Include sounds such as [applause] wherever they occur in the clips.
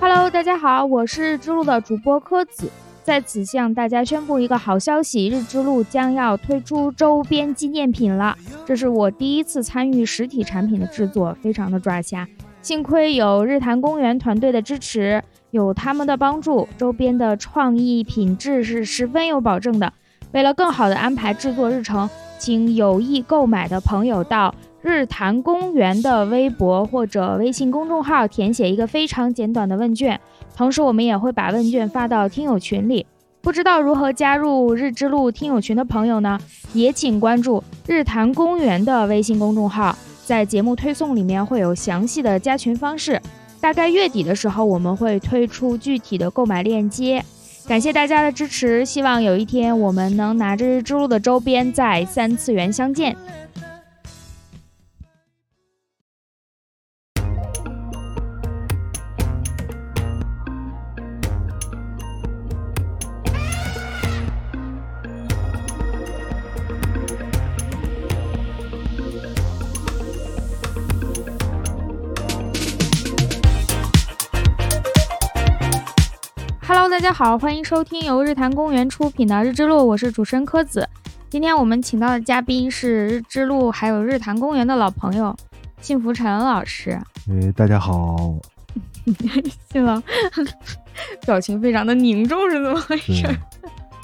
Hello，大家好，我是知路的主播柯子，在此向大家宣布一个好消息：日之路将要推出周边纪念品了。这是我第一次参与实体产品的制作，非常的抓瞎。幸亏有日坛公园团队的支持，有他们的帮助，周边的创意品质是十分有保证的。为了更好的安排制作日程，请有意购买的朋友到日坛公园的微博或者微信公众号填写一个非常简短的问卷，同时我们也会把问卷发到听友群里。不知道如何加入日之路听友群的朋友呢，也请关注日坛公园的微信公众号，在节目推送里面会有详细的加群方式。大概月底的时候，我们会推出具体的购买链接。感谢大家的支持，希望有一天我们能拿着日之路的周边在三次元相见。Hello，大家好，欢迎收听由日坛公园出品的《日之路》，我是主持人柯子。今天我们请到的嘉宾是日之路还有日坛公园的老朋友幸福陈老师。诶，哎大家好，信了， [laughs] 表情非常的凝重，是怎么回对事？，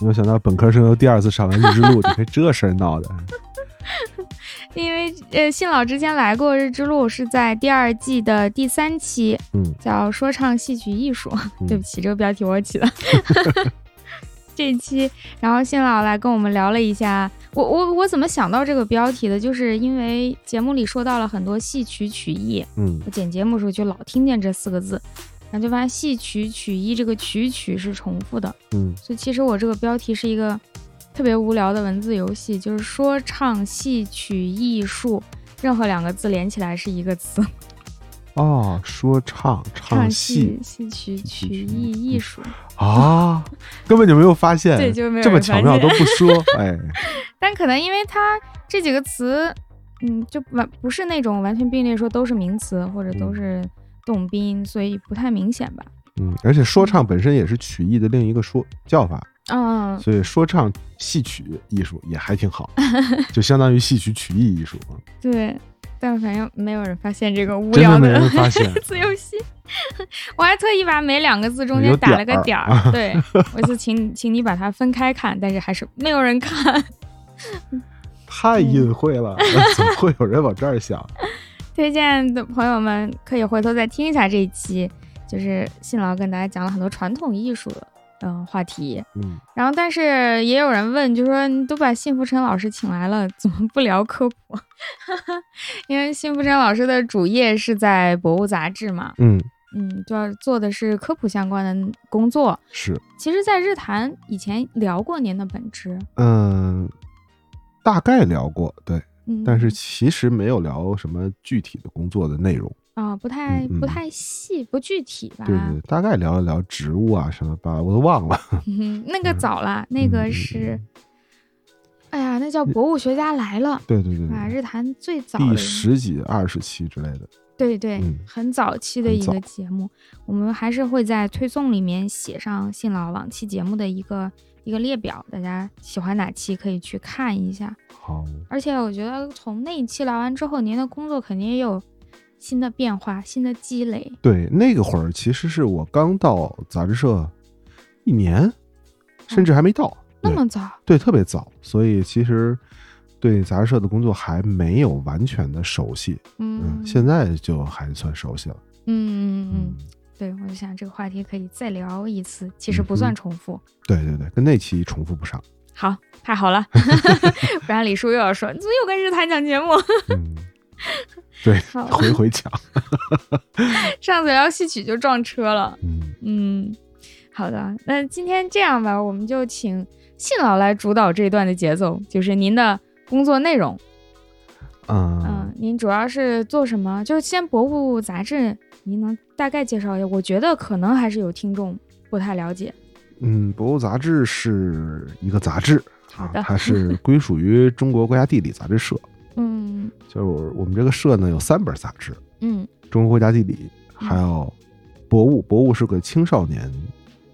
没有想到本科生又第二次上完日之路，你看这事儿闹的，哎 [laughs] 因为呃，信老之前来过日之路，是在第二季的第三期，嗯，叫《说唱戏曲艺术》嗯对不起，这个标题我起的。 [laughs] 这一期，然后信老来跟我们聊了一下，我我我怎么想到这个标题的，就是因为节目里说到了很多戏曲曲艺，嗯我剪节目的时候就老听见这四个字，然后就发现戏曲曲艺这个曲曲是重复的，嗯所以其实我这个标题是一个特别无聊的文字游戏，就是说唱戏曲艺术，任何两个字连起来是一个词，哦，说唱唱戏 [laughs] 戏戏曲曲曲艺艺术，啊，根本就没有发现，对就是没有嗯这么人发巧妙现都不说，哎， [laughs] 但可能因为它这几个词，嗯，就完不是那种完全并列说都是名词或者都嗯是动宾，所以不太明显吧。嗯，而且说唱本身也是曲艺的另一个说叫法，嗯，所以说唱戏曲艺术也还挺好， [laughs] 就相当于戏曲曲艺艺术，对，但反正没有人发现这个无真聊的没 [laughs] 人发现字游戏。 [laughs] 我还特意把每两个字中间有打了个点点儿啊儿，对，我就请请你把它分开看，但是还是没有人看。太嗯隐晦 [laughs] 了，怎么会有人往这儿想？推荐的朋友们可以回头再听一下这一期，就是信老跟大家讲了很多传统艺术的嗯话题，嗯，然后但是也有人问，就说你都把幸福陈老师请来了，怎么不聊科普？ [laughs] 因为幸福陈老师的主业是在《博物》杂志嘛，嗯，嗯，主要做的是科普相关的工作。是。其实，在日坛以前聊过您的本职，嗯，大概聊过，对，嗯，但是其实没有聊什么具体的工作的内容，啊、不太嗯嗯不太细，不具体吧？对 [laughs] 对，大概聊一聊植物啊什么吧，我都忘了。 [laughs] 嗯那个早啦，那嗯个是，哎呀，那叫博物学家来了。对对对啊，对，日坛最早第的，十几、二十期之类的，对对，嗯很早期的很一个早节目，我们还是会在推送里面写上信老往期节目的一个一个列表，大家喜欢哪期可以去看一下。好，而且我觉得从那一期聊完之后，您的工作肯定也有新的变化、新的积累。对，那个会儿其实是我刚到杂志社一年，甚至还没到，嗯那对么早，对，特别早，所以其实对杂志社的工作还没有完全的熟悉，嗯，嗯，现在就还算熟悉了，嗯嗯嗯嗯，对，我就想这个话题可以再聊一次，其嗯实不算重复。对对对，跟那期重复不上，好，太好 [laughs] 了，不然李叔又要说你怎么又跟日坛讲节目？嗯， [laughs] 对。好，回回讲。 [laughs] 上次聊戏曲就撞车了。嗯，嗯，好的，那今天这样吧，我们就请信老来主导这一段的节奏，就是您的工作内容。嗯啊，，您主要是做什么？就是先《博物》杂志，您能大概介绍一下？我觉得可能还是有听众不太了解。嗯，博物杂志是一个杂志好啊的，它是归属于中国国家地理杂志社。嗯就是我我们这个社呢有三本杂志，嗯中国国家地理，还有博物，博物是给青少年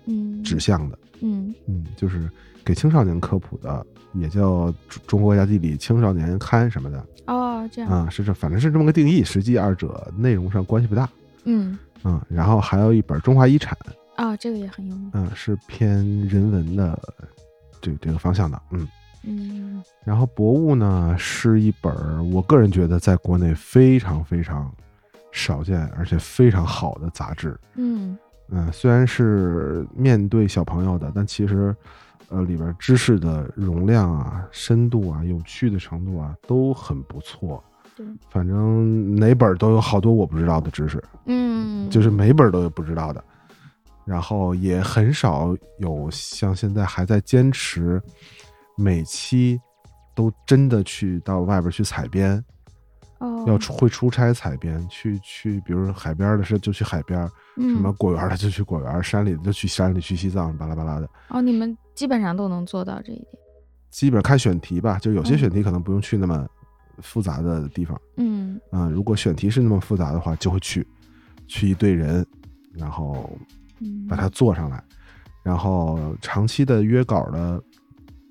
嗯，指向的，嗯嗯，就是给青少年科普的，也叫《中中国国家地理青少年刊》什么的哦，这样，啊、是这，反正是这么个定义，实际二者内容上关系不大。嗯嗯，然后还有一本《中华遗产》，啊、这个也很有名，嗯，是偏人文的这这个方向的，嗯。嗯然后博物呢是一本儿我个人觉得在国内非常非常少见，而且非常好的杂志。嗯嗯，虽然是面对小朋友的，但其实，呃，里边知识的容量啊、深度啊、有趣的程度啊都很不错。对，反正哪本儿都有好多我不知道的知识，嗯，就是每本儿都有不知道的。然后也很少有像现在还在坚持每期都真的去到外边去采编，哦，要出会出差采编，去去，比如说海边儿的事就去海边儿，什什么果园儿的就去果园儿，山里的就去山里，去西藏，巴拉巴拉的。哦，你们基本上都能做到这一点，基本看选题吧，就有些嗯选题可能不用去那么复杂的地方，嗯嗯，如果选题是那么复杂的话，就会去去一队人，然后嗯，把它做上来。然后长期的约稿的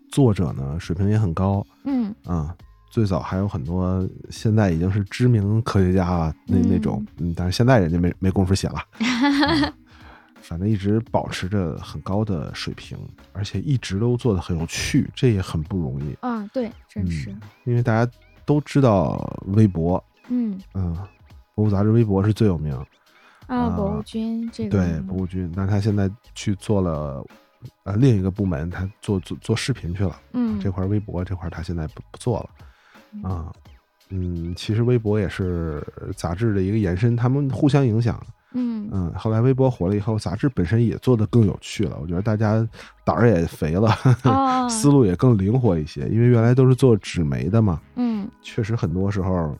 作者呢，水平也很高嗯啊、最早还有很多，现在已经是知名科学家了，那那种，嗯，但是现在人家没没工夫写 [laughs] 了、啊反正一直保持着很高的水平，而且一直都做得很有趣，这也很不容易。啊，对，真是，嗯，因为大家都知道微博，嗯嗯，博物杂志微博是最有名，啊，啊博物君这个嗯对，博物君，但是他现在去做了呃另一个部门，他做做做视频去了。嗯这块儿微博这块儿他现在不不做了嗯啊。嗯，其实微博也是杂志的一个延伸，他们互相影响。嗯 [laughs] 嗯，后来微博火了以后，杂志本身也做得更有趣了。我觉得大家胆儿也肥了，哦思路也更灵活一些，因为原来都是做纸媒的嘛，嗯确实很多时候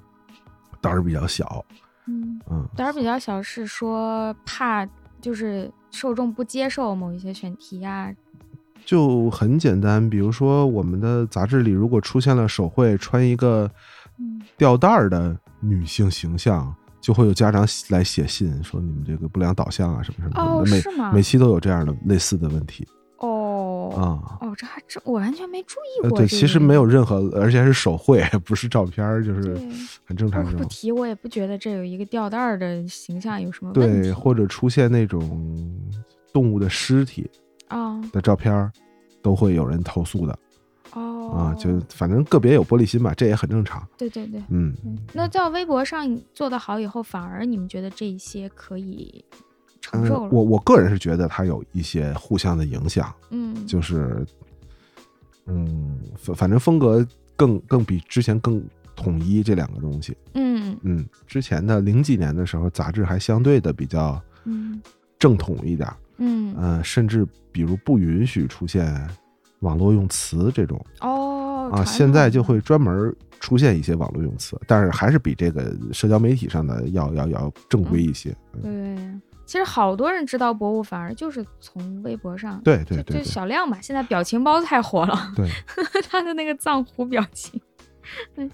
胆儿比较小。嗯，嗯，胆儿比较小是说怕就是受众不接受某一些选题啊，就很简单，比如说我们的杂志里如果出现了手绘穿一个嗯吊带儿的女性形象，就会有家长来写信说你们这个不良导向啊什么什么什么哦的，是吗每每期都有这样的类似的问题哦啊。哦，这还真我完全没注意呃，过这对，个，其实没有任何，呃而且还是手绘， [laughs] 不是照片儿，就是对哦很正常不这不 [laughs] 种。提我也不觉得这有一个吊带儿的形象有什么问题对，或者出现那种动物的尸体啊的照片儿，都会有人投诉的哦啊。就反正个别有玻璃心吧，这也很正常。对对对。嗯，嗯那在微博上做得好以后，反而你们觉得这一些可以承受嗯了？我我个人是觉得它有一些互相的影响，嗯，就是，嗯，反反正风格更更比之前更统一这两个东西。嗯嗯，之前的零几年的时候，杂志还相对的比较嗯正统一点儿，嗯呃，甚至比如不允许出现网络用词这种哦啊，现在就传会专门出现一些网络用词，但是还是比这个社交媒体上的要要要正规一些。统嗯的对。其实好多人知道博物，反而就是从微博上，对对就对就对小亮嘛，现在表情包太火了，对， [laughs] 他的那个藏狐表情，嗯，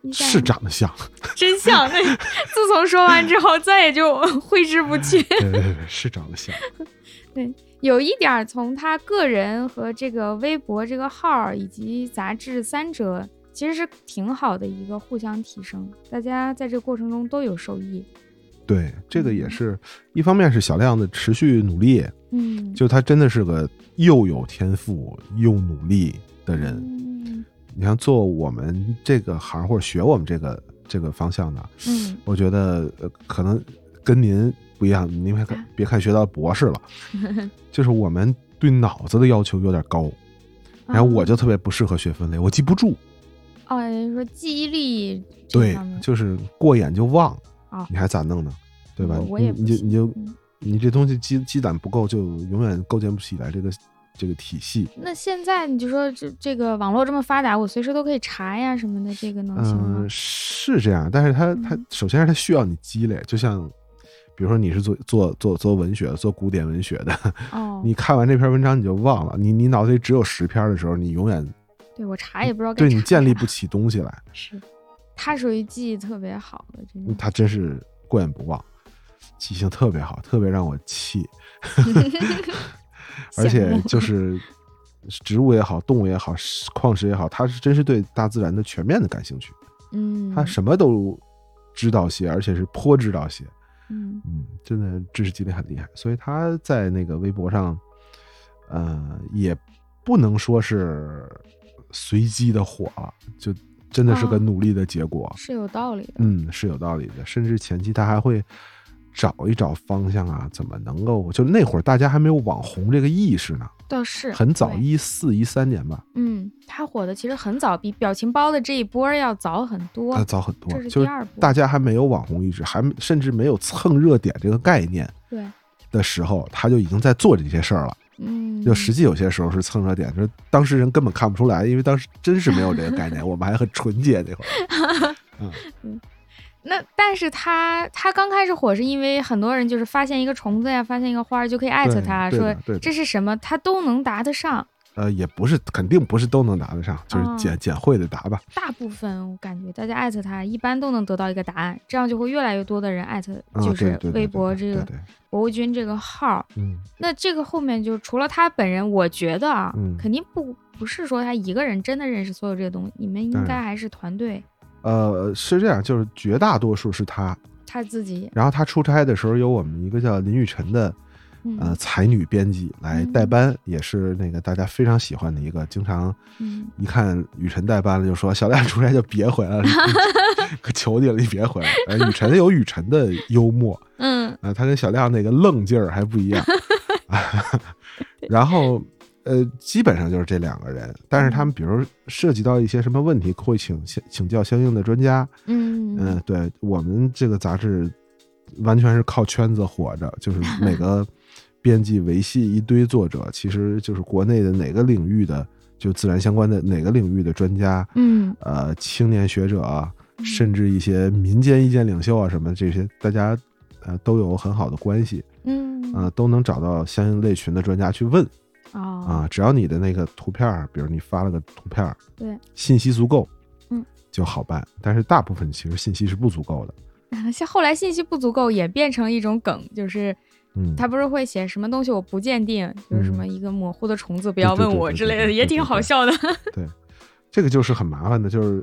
一下是长得像， [laughs] 真像。那自从说完之后，再也就 [laughs] 挥之不去。 [laughs] 对对对，是长得像。有一点儿从他个人和这个微博这个号儿以及杂志三者，其实是挺好的一个互相提升，大家在这个过程中都有受益。对，这个也嗯是一方面是小亮的持续努力，嗯，就他真的是个又有天赋又努力的人。嗯你像做我们这个行或者学我们这个这个方向的，嗯我觉得呃可能跟您不一样，您别 [laughs] 看别看学到博士了，就是我们对脑子的要求有点高，嗯然后我就特别不适合学分类，我记不住，啊哦，你说记忆力这对方，面就是过眼就忘啊，你还咋弄呢？对吧？我我你也不你就行你就嗯你这东西积积攒不够，就永远构建不起来这个这个体系。那现在你就说这这个网络这么发达，我随时都可以查呀什么的，这个能行嗯、吗？是这样，但是它它嗯首先是它需要你积累，就像比如说你是做做做做文学、做古典文学的，哦，嗯你看完这篇文章你就忘了，你你脑子里只有十篇的时候，你永远对我查也不知道该对查你建立啥不起东西来，嗯是，他属于记忆特别好的这种。它真是过眼不忘。记性特别好，特别让我气。而且 [laughs] 就是植物也好，动物也好，矿石也好，他是真是对大自然的全面的感兴趣，嗯，他什么都知道些，而且是颇知道些。嗯嗯，真的知识积累很厉害，所以他在那个微博上，呃，也不能说是随机的火了，就真的是个啊努力的结果。是有道理的，嗯，是有道理的。甚至前期他还会找一找方向啊，怎么能够就那会儿大家还没有网红这个意识呢，倒是很早对一四一三年吧，嗯，他火的其实很早，比表情包的这一波儿要早很多，他早很多这，是就第是二波。大家还没有网红意识，还甚至没有蹭热点这个概念对，的时候，他就已经在做这些事儿了。嗯，就实际有些时候是蹭热点，就是当时人根本看不出来，因为当时真是没有这个 [laughs] 概念，我们还很纯洁那会儿。那，但是他他刚开始火是因为很多人就是发现一个虫子呀，发现一个花儿就可以艾特对他对说的对的这是什么，他都能答得上。呃，也不是，肯定不是都能答得上，就是哦简、简会的答吧。大部分我感觉大家艾特他，一般都能得到一个答案，这样就会越来越多的人艾特，啊、就对是对对微对博对这个对对博物君这个号儿。嗯，那这个后面就除了他本人，我觉得啊，嗯肯定不不是说他一个人真的认识所有这些东西，你们应当该然还是团队，呃，是这样，就是绝大多数是他。他自己，然后他出差的时候，有我们一个叫林雨晨的嗯呃才女编辑来代班，也是那个大家非常喜欢的一个，经常嗯，一看雨晨代班了，就说小亮出差就别回来了， [laughs] 可求你了，你别回来。呃，雨晨有雨晨的幽默，嗯啊，他跟小亮那个愣劲儿还不一样。然后，呃，基本上就是这两个人，但是他们比如涉及到一些什么问题，会请请请教相应的专家。嗯嗯、对我们这个杂志完全是靠圈子活着，就是 [laughs] 每个编辑维系一堆作者，其实就是国内的哪个领域的，就自然相关的哪个领域的专家，嗯呃，青年学者啊、嗯甚至一些民间意见领袖啊什么这些，大家呃都有很好的关系，嗯呃，都能找到相应类群的专家去问哦啊。只要你的那个图片儿，比如你发了个图片儿，对，信息足够，嗯，就好办。但是大部分其实信息是不足够 [laughs] 的，像后来信息不足够也变成一种梗，就是嗯，他不是会写什么东西我不鉴定，就是什么一个模糊的虫子不要对对问对我对之对类的，对也对挺对好对笑 [laughs] 的。这个就是很麻烦的，就是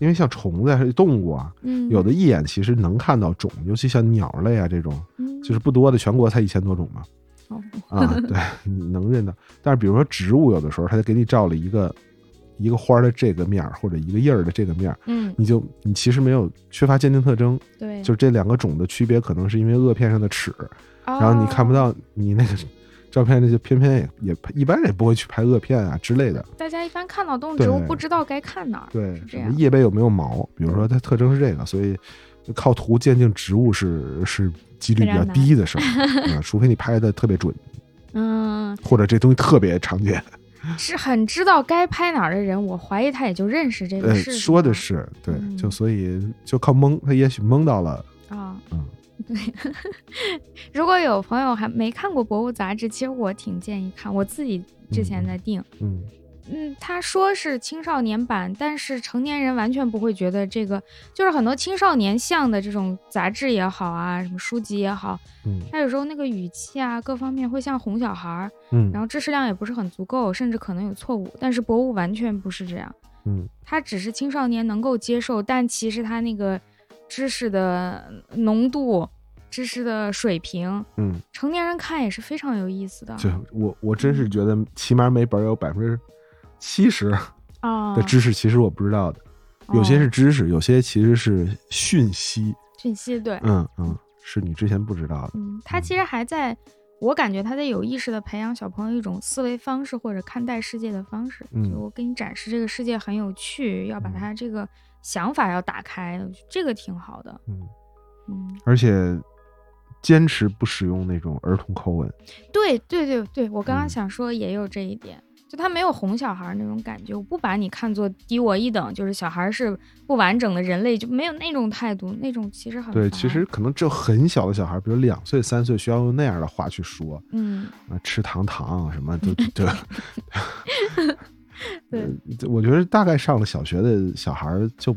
因为像虫子啊还是动物啊，嗯，有的一眼其实能看到种，尤其像鸟类啊这种，嗯就是不多的，全国才一千多种嘛。哦啊，对， [laughs] 你能认到。但是比如说植物，有的时候它就给你照了一个一个花儿的这个面儿，或者一个叶儿的这个面儿，嗯，你就你其实没有缺乏鉴定特征，对，就是这两个种的区别可能是因为萼片上的齿，然后你看不哦，到你那个 [laughs] 照片那些，偏偏也也一般人也不会去拍萼片啊之类的。大家一般看到动植物对不知道该看哪儿，对是，这什么样叶背有没有毛，比如说它特征是这个，所以靠图鉴定植物是是几非率比常较难低的事儿啊， [laughs] 除非你拍的特别准，嗯，或者这东西特别常见。是很知道该拍哪儿的人，我怀疑 [laughs] 他也就认识这个呃，事情说的了是对，嗯就所以就靠蒙，他也许蒙到了，啊，嗯 [laughs] 对。如果有朋友还没看过《博物》杂志，其实我挺建议看，我自己之前在订。嗯，嗯，他说是青少年版，但是成年人完全不会觉得这个，就是很多青少年向的这种杂志也好啊，什么书籍也好，嗯他有时候那个语气啊，各方面会像哄小孩儿，嗯，然后后知识量也不是很足够，甚至可能有错误。但是博物完全不是这样，嗯，它只是青少年能够接受，但其实它那个知识的浓度、知识的水平，嗯，成年人看也是非常有意思的就我我真是觉得，起码每本有百分之七十啊。的知识，其实我不知道的，有些哦是知识，有些其实是讯息，讯息，对，嗯嗯，是你之前不知道的，嗯，他其实还在，我感觉他在有意识的培养小朋友一种思维方式或者看待世界的方式。嗯就我给你展示这个世界很有趣，要把他这个想法要打开，我觉得这个挺好的。嗯，嗯，而且坚持不使用那种儿童口吻，对对对对，我刚刚嗯想说也有这一点。就他没有哄小孩儿那种感觉，我不把你看作低我一等，就是小孩儿是不完整的人类，就没有那种态度，那种其实很对，烦其实可能只有很小的小孩，比如两岁三岁，需要用那样的话去说，嗯，啊，吃糖糖什么都 [laughs] 对。对呃，我觉得大概上了小学的小孩儿就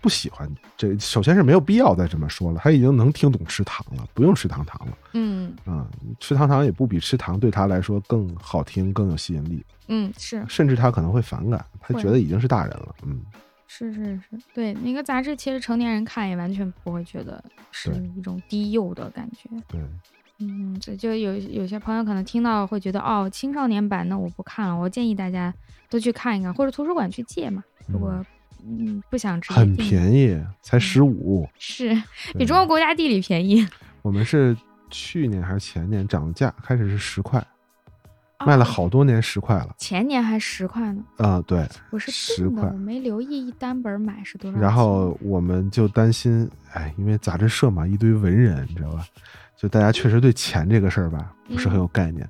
不喜欢这，首先是没有必要再这么说了，他已经能听懂吃糖了，不用吃糖糖了嗯啊、吃糖糖也不比吃糖对他来说更好听、更有吸引力，嗯，是甚至他可能会反感，他会觉得已经是大人了，嗯，是是是，对那个杂志，其实成年人看也完全不会觉得是对一种低幼的感觉。对，嗯，这就有有些朋友可能听到会觉得哦，青少年版那我不看了，我建议大家都去看一看，或者图书馆去借嘛。如果嗯嗯不想直接很订便宜，才十五，是比对中国国家地理便宜，我们是去年还是前年涨价，开始是十块，卖了哦好多年十块了，前年还十块呢，啊、对，我是10订的，块我没留意一单本买是多少钱。然后我们就担心，哎，因为杂志社嘛，一堆文人，你知道吧？就大家确实对钱这个事儿吧，不是很有嗯概念。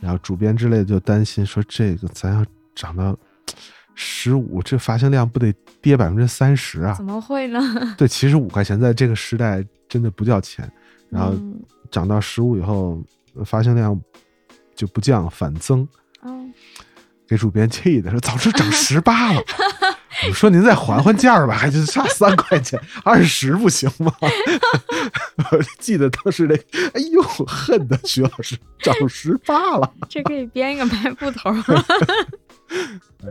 然后主编之类的就担心说，这个咱要涨到十五，这发行量不得跌百分之三十啊怎？么会呢？ [laughs] 对，其实五块钱在这个时代真的不叫钱。然后嗯涨到十五以后，呃发行量就不降反增，哦给主编气的说，早知道涨十八了。我说您再缓缓价儿吧，还就差三块钱，二十不行吗？ [laughs] 我记得当时那，哎呦，恨的徐老师涨十八了。这可以编一个白布头 [laughs] 了哎。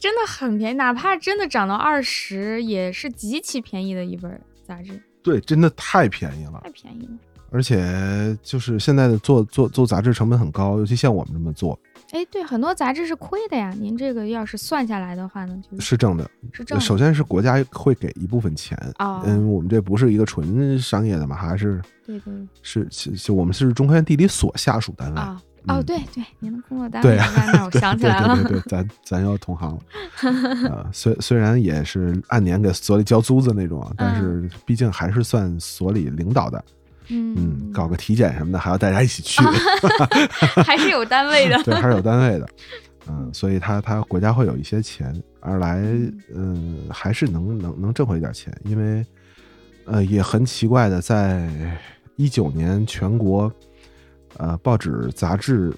真的很便宜，哪怕真的涨到二十，也是极其便宜的一本杂志，对，真的太便宜了，太便宜了。而且就是现在的做做做杂志成本很高，尤其像我们这么做哎，对，很多杂志是亏的呀。您这个要是算下来的话呢，就是是挣的。是正首先是国家会给一部分钱，哦嗯，我们这不是一个纯商业的嘛，还是对对是是是我们是中科院地理所下属单位，啊哦嗯对对，您的工作单位对在啊那儿，我想起来了 [laughs] 对。对对对，咱咱要同行了。啊，虽虽然也是按年给所里交租子那种啊，嗯但是毕竟还是算所里领导的。嗯，嗯，搞个体检什么的，还要大家一起去， [laughs] 还是有单 [laughs] 位的对，还是有单 [laughs] 位的。嗯，所以他他国家会有一些钱，二来嗯、呃还是能能能挣回一点钱，因为呃也很奇怪的，在一九年全国呃报纸杂志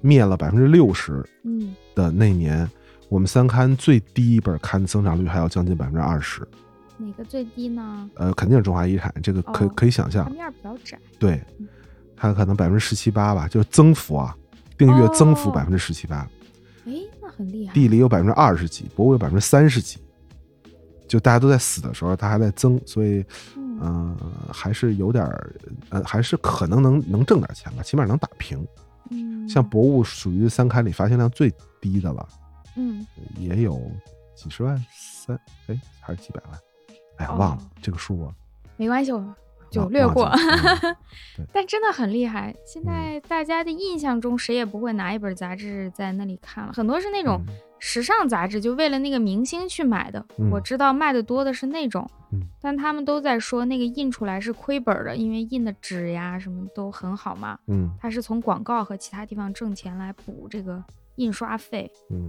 灭了百分之六十，嗯，的那年，我们三刊最低一本刊的增长率还要将近百分之二十，哪个最低呢？呃，肯定是中华遗产，这个可以哦可以想它象，面儿比较窄。对，它可能百分之十七八吧，就是增幅啊，订阅增幅哦百分之十七八，哎，那很厉害。地理有百分之二十几，博物有百分之三十几，就大家都在死的时候，它还在增，所以嗯嗯、呃还是有点儿呃，还是可能能能挣点钱吧，起码能打平。嗯，像博物属于三刊里发行量最低的了。嗯也有几十万、三哎还是几百万，哎呀哦忘了、这个数我没关系，我就忘略忘记过。 [laughs] 了嗯但真的很厉害。现在大家的印象中，谁也不会拿一本杂志在那里看了，很多是那种嗯时尚杂志，就为了那个明星去买的。嗯我知道卖的多的是那种，嗯但他们都在说那个印出来是亏本儿的，因为印的纸呀什么都很好嘛，嗯它是从广告和其他地方挣钱来补这个印刷费。嗯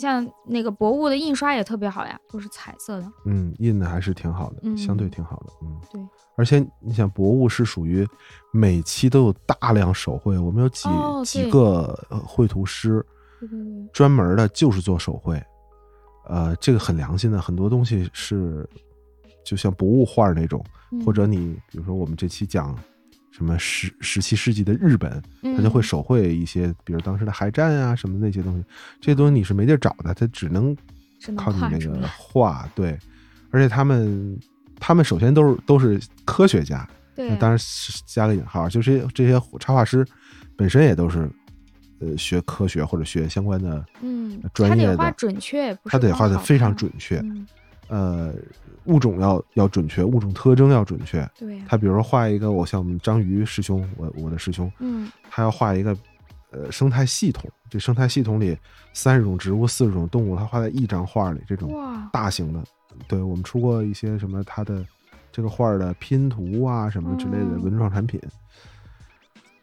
像那个博物的印刷也特别好呀，都是彩色的。嗯，印的还是挺好的，嗯相对挺好的，嗯，对。而且你想，博物是属于每期都有大量手绘，我们有几、哦几对个呃绘图师对对对，专门的就是做手绘，呃，这个很良心的，很多东西是就像博物画那种，嗯或者你比如说我们这期讲什么十十七世纪的日本，他就会嗯手绘一些，比如当时的海战啊什么的那些东西，这些东西你是没地儿找的，它只能只能靠你画那出个来画。对，而且他们他们首先都是都是科学家，对那啊，当然是加个引号，就是这些插画师本身也都是呃学科学或者学相关的，嗯，专业他的得画准确，不是他得画的光好非常看准确，嗯，呃，物种要要准确，物种特征要准确。对呀、他比如说画一个，我像我们章鱼师兄，我我的师兄，嗯他要画一个呃生态系统，这生态系统里三十种植物、四十种动物，他画在一张画里，这种哇，大型的，对我们出过一些什么他的这个画儿的拼图啊什么之类的嗯文创产品。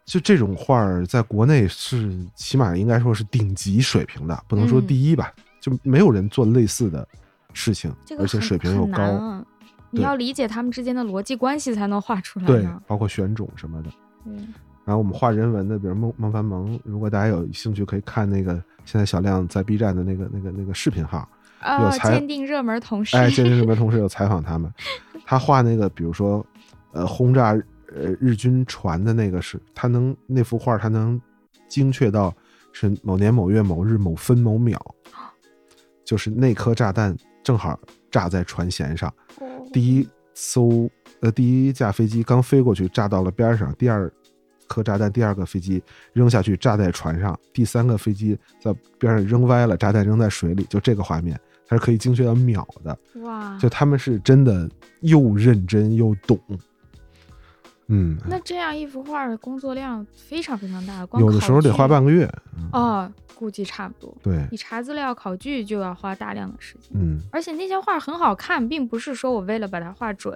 就这种画儿，在国内是起码应该说是顶级水平的，不能说嗯第一吧，就没有人做类似的事情，这个而且很水平又很高。难啊你对要理解他们之间的逻辑关系才能画出来对呢。，包括选种什么的。嗯然后我们画人文的，比如孟孟凡蒙，如果大家有兴趣，可以看那个现在小亮在 B 站的那个那个那个视频号，哦，才坚定热门同事，哎，这是什么同事有采访他们，他画那个，比如说，呃，轰炸呃日军船的那个是，他能那幅画他能精确到是某年某月某日某分某秒，就是那颗炸弹正好炸在船舷上，哦第一艘呃第一架飞机刚飞过去炸到了边儿上，第二颗炸弹第二个飞机呃扔下去炸在船上，第三个飞机在边上扔歪了，炸弹扔在水里，就这个画面，它是可以精确到秒的，哦哇，就他们是真的又认真又懂，嗯，那这样一幅画的工作量非常非常大，光有的时候得花半半个月，哦，估计差不多。对，你查资料、考据就要花大量的时间，嗯，而且那些画很好看，并不是说我为了把它画准，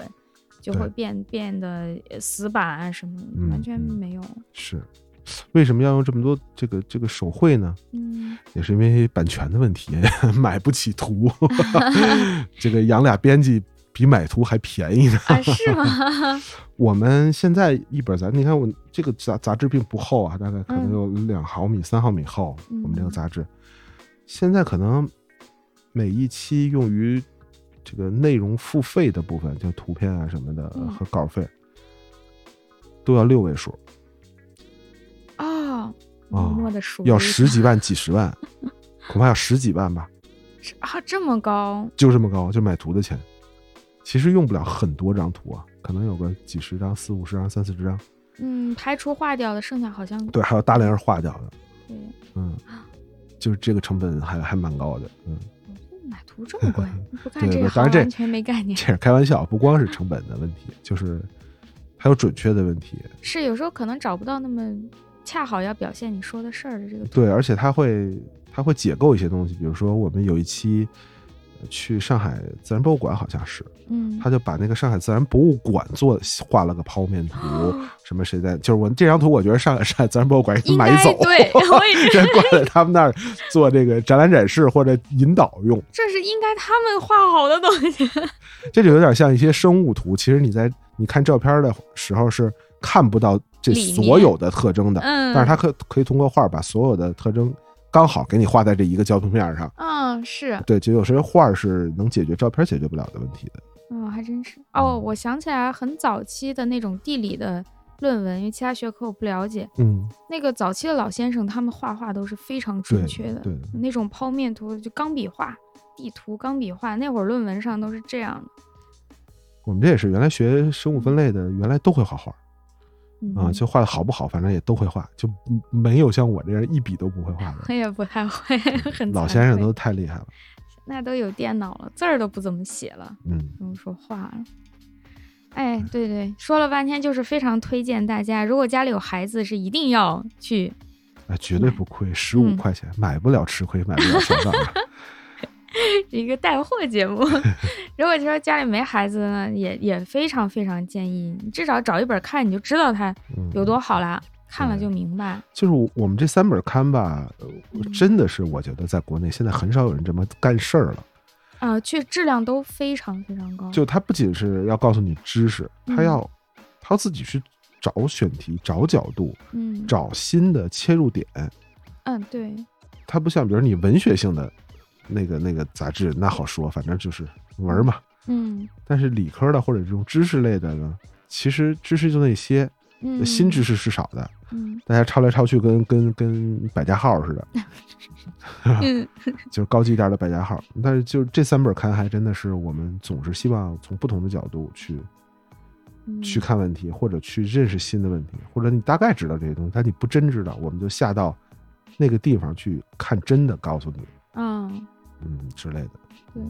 就会对变变得呃死板啊什么，嗯完全嗯没有。是。为什么要用这么多这个这个手绘呢？嗯，也是因为版权的问题， [laughs] 买不起图。 [laughs] 这个养俩编辑比买图还便宜呢。啊，是吗？ [laughs] 我们现在一本杂，你看我这个杂杂志并不厚啊，大概可能有两毫米、三毫米厚。嗯我们这个杂志现在可能每一期用于这个内容付费的部分，就图片啊什么的嗯和稿费，都要六位数，哦，默哦默的数要了一十几万、几 [laughs] 十万，恐怕要十几万吧。是啊，这么高，就这么高，就买图的钱。其实用不了很多张图啊，可能有个几十张、四五十张、三四十张。嗯，排除划掉的，剩下好像对，还有大量是划掉的，对嗯，就是这个成本还还蛮高的，嗯，买图这 [laughs] 么贵，不干对这对个当然这完全没概念。这是开玩笑，不光是成本的问题，就是还有准确的问题。是有时候可能找不到那么恰好要表现你说的事儿的这个图。对，而且它会它会解构一些东西，比如说我们有一期呃去上海自然博物馆，好像是，嗯，他就把那个上海自然博物馆做画了个剖面图，什么谁在，就是我这张图，我觉得上海上海自然博物馆哦应该买走，对 [laughs] 我也这挂在他们那儿做这个展览展示或者引导用，这是应该他们画好的东西。 [laughs] 这就有点像一些生物图。其实你在你看照片的时候是看不到这里面所有的特征的，嗯，但是它可可以通过画把所有的特征刚好给你画在这一个胶平面上。嗯是，对，就有些画是能解决照片解决不了的问题的。嗯还真是。哦，我想起来很早期的那种地理的论文，因为其他学科我不了解。嗯，那个早期的老先生，他们画画都是非常对准确的，对的那种剖面图就钢笔画、地图钢笔画，那会儿论文上都是这样的。我们这也是原来学生物分类的，原来都会画画嗯啊，就画的好不好，反正也都会画，就没有像我这样一笔都不会 [laughs] 画我的。也不太会， [laughs] 很老惭先生愧都太厉害了，那都有电脑了，字儿都不怎么写了，嗯不用说话了。哎，对对，说了半天就是非常推荐大家，如果家里有孩子，是一定要去。 [laughs] 啊，绝对买不亏，十五嗯块钱、买不了吃亏，买不了上当 [laughs] 啊。是一个带货节 [laughs] 目。如果就说家里没孩子呢，也也非常非常建议你至少找一本看，你就知道它嗯有多好啦，看了对就明白。就是我我们这三本刊吧，呃真的是我觉得在国内现在很少有人这么干事儿了。啊、去质量都非常非常高。就他不仅是要告诉你知识，嗯他要他要自己去找选题、找角度、嗯找新的切入点。嗯，对，他不像比如你文学性的那个那个杂志，那好说，反正就是文儿嘛。嗯但是理科的或者这种知识类的呢，其实知识就那些，嗯，新知识是少的。 [laughs] 嗯大家抄来抄去跟跟跟百家号似的， [laughs] 嗯就是高级一点的百家号。但是就这三本刊还真的是我们总是希望从不同的角度去嗯去看问题，或者去认识新的问题，或者你大概知道这些东西，但你不真知道，我们就下到那个地方去看真的告诉你，嗯。嗯之类的。嗯对，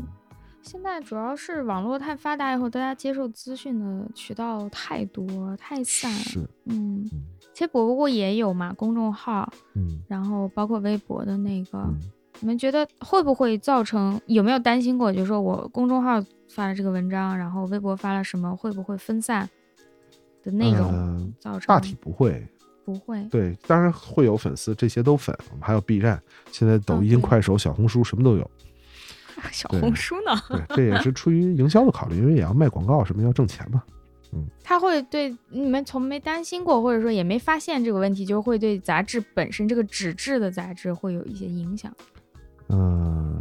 现在主要是网络太发达以后，大家接受资讯的渠道太多太散。是，嗯嗯，其实博不过也有嘛，公众号，嗯然后包括微博的那个，嗯，你们觉得会不会造成？有没有担心过？就是说我公众号发了这个文章，然后微博发了什么，会不会分散的内容、呃造成？大体不会。不会。对，当然会有粉丝，这些都粉。我们还有 B 站，现在抖嗯音、对快手、小红书什么都有。小对红书 [laughs] 呢？对，这也是出于营销的考虑，因为也要卖广告，什么要挣钱嘛。它会对你们从没担心过，或者说也没发现这个问题，就会对杂志本身这个纸质的杂志会有一些影响。嗯，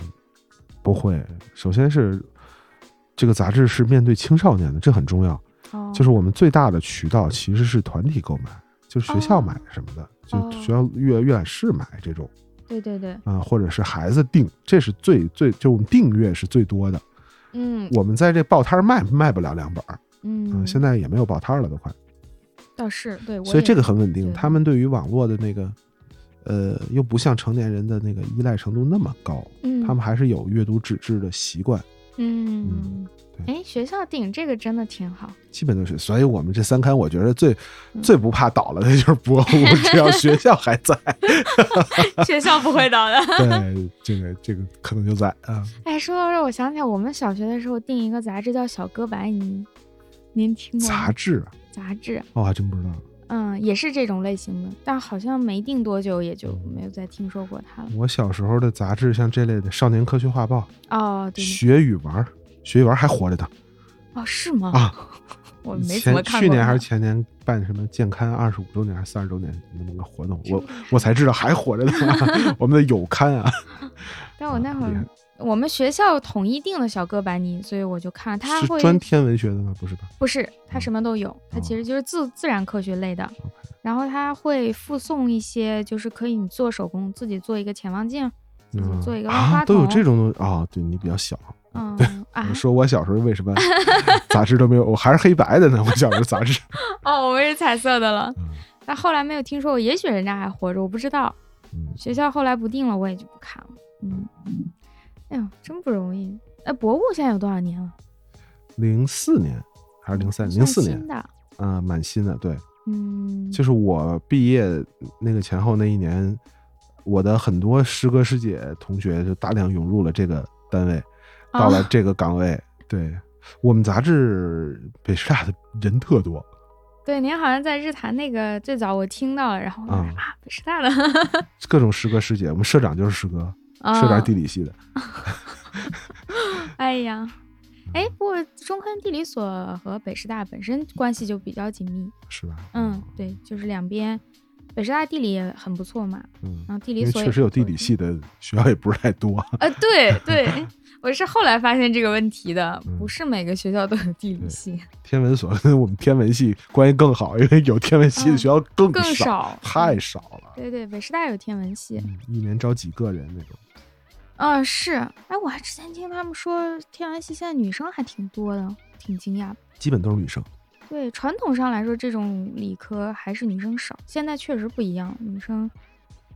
不会，首先是这个杂志是面对青少年的，这很重要。哦，就是我们最大的渠道其实是团体购买，就是学校哦买什么的，哦就学校阅阅览室买这种对对对，啊、或者是孩子订，这是最最就我们订阅是最多的。嗯我们在这报摊儿卖卖不了两本儿，嗯、嗯，现在也没有报摊儿了，都快。倒是对，我所以也这个很稳定。对他们对于网络的那个，呃，又不像成年人的那个依赖程度那么高，嗯他们还是有阅读纸质的习惯，嗯，对哎，学校顶这个真的挺好，基本都是。所以我们这三刊，我觉得最嗯最不怕倒了的就是 [laughs] 博物，只要学校还在， [laughs] 学校不会倒的。对这个这个可能就在啊。 [laughs] 哎，说到这，我想起来，我们小学的时候订一个杂志叫《小哥白尼》，您听过吗杂志啊，杂志，哦，还真不知道。嗯，也是这种类型的，但好像没订多久，也就嗯没有再听说过它了。我小时候的杂志，像这类的《少年科学画报》哦，对，对学语文儿，学语文儿还活着呢哦，是吗？啊。我前没怎么看过它。去年还是前年办什么健康二十五周年还是三十周年那么个活动， [laughs] 我我才知道还活着呢。我们的有刊啊，但我那会厉害儿我们学校统一订的小哥白尼，所以我就看它是会专天文学的吗？不是吧？不是，它什么都有，它其哦实就是自自然科学类的。然后它会附送一些，就是可以你做手工，自己做一个潜望 [laughs] 镜，自己嗯做一个万啊，花都筒。有这种东西啊、对你比较小，嗯啊我，说我小时候为什么杂志都没有，我还是黑白的呢？我小时候杂志，哦，我们是彩色的了。嗯但后来没有听说过，也许人家还活着，我不知道。嗯，学校后来不定了，我也就不看了。嗯，哎呦，真不容易。哎，博物现在有多少年了？零四年还是零三零算四年新的。啊、蛮新的。对，嗯，就是我毕业那个前后那一年，我的很多师哥师姐同学就大量涌入了这个单位。到了啊这个岗位。对我们杂志北师大的人特多，对，您好像在日坛那个最早我听到了，然后我说啊啊，北师 [laughs] 大的，各种师哥师姐，我们社长就是师哥，社啊长地理系的。哎呀，嗯哎，不过中坑地理所和北师大本身关系就比较紧密。是吧？嗯，对，就是两边，北师大地理也很不错嘛，嗯，然后地因理为所也确实有不错地理系的学校也不是太多，呃，对 [laughs] 对，我是后来发现这个问题的，嗯不是每个学校都有地理对系，天文所跟我们天文系关系更好，因为有天文系的嗯学校更更少，少，太嗯少了。对对，北师大有天文系，嗯一年招几个人那种，嗯、是，哎，我还之前听他们说天文系现在女生还挺多的，挺惊讶的。基本都是女生。对，传统上来说，这种理科还是女生少，现在确实不一样，女生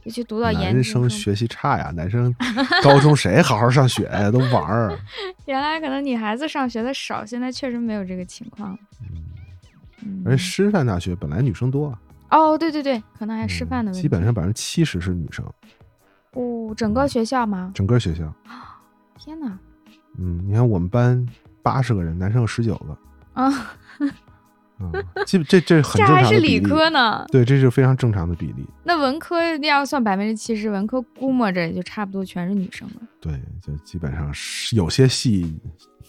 尤其读到研男究生生，学习差呀，男生高中谁好好上学呀？都 [laughs] 玩儿。原来可能女孩子上学的少，现在确实没有这个情况了。嗯，而师范大学本来女生多啊，哦，对对对，可能还师嗯范的问题，基本上百分之七十是女生，哦，整个学校吗？整个学校。天哪，嗯，你看我们班八十个人，男生有十九个，啊、嗯，基本这这是很这正常还的是比理例科呢，对，这是非常正常的比例。那文科要算百分之七十，文科估摸着也就差不多全是女生了。对，就基本上是有些系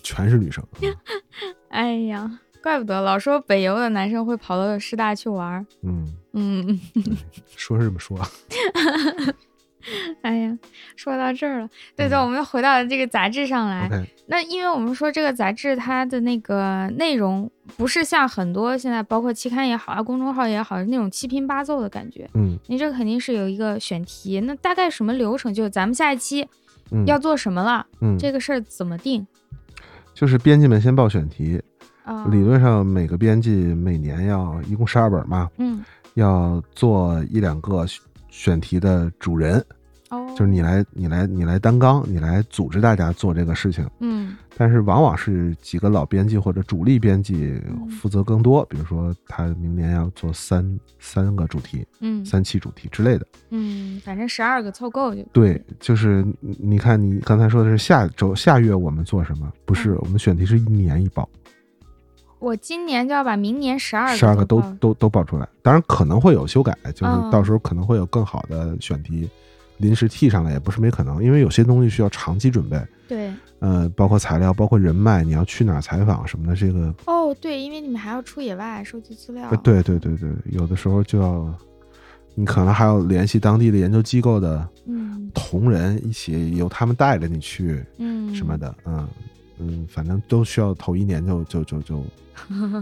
全是女生，哎呀，怪不得老说北邮的男生会跑到师大去玩儿。嗯，嗯，说是这么说， [laughs] 哎呀，说到这儿了，对对，嗯我们回到这个杂志上来。 OK，那因为我们说这个杂志它的那个内容不是像很多现在包括期刊也好啊、公众号也好那种七拼八凑的感觉，嗯你这肯定是有一个选题。那大概什么流程？就是咱们下一期嗯，要做什么了，嗯，这个事儿怎么定就是编辑们先报选题，啊？理论上每个编辑每年要一共十二本嘛，嗯，要做一两个选选题的主人，哦，就是你来你来你来担纲，你来组织大家做这个事情。嗯，但是往往是几个老编辑或者主力编辑嗯负责更多，比如说他明年要做三三个主题、嗯三期主题之类的。嗯，反正十二个凑够就对，就是你你看，你刚才说的是下周下月我们做什么？嗯不是，我们选题是一年一报，我今年就要把明年十二十二个都都报都都报出来。当然可能会有修改，就是嗯到时候可能会有更好的选题临时替上来，也不是没可能，因为有些东西需要长期准备，对呃，包括材料，包括人脉，你要去哪儿采访什么的，这个哦对，因为你们还要出野外收集资料呃，，对对对对，有的时候就要，你可能还要联系当地的研究机构的嗯同仁一起由他们带着你去嗯，什么？的，嗯嗯，反正都需要头一年就就就就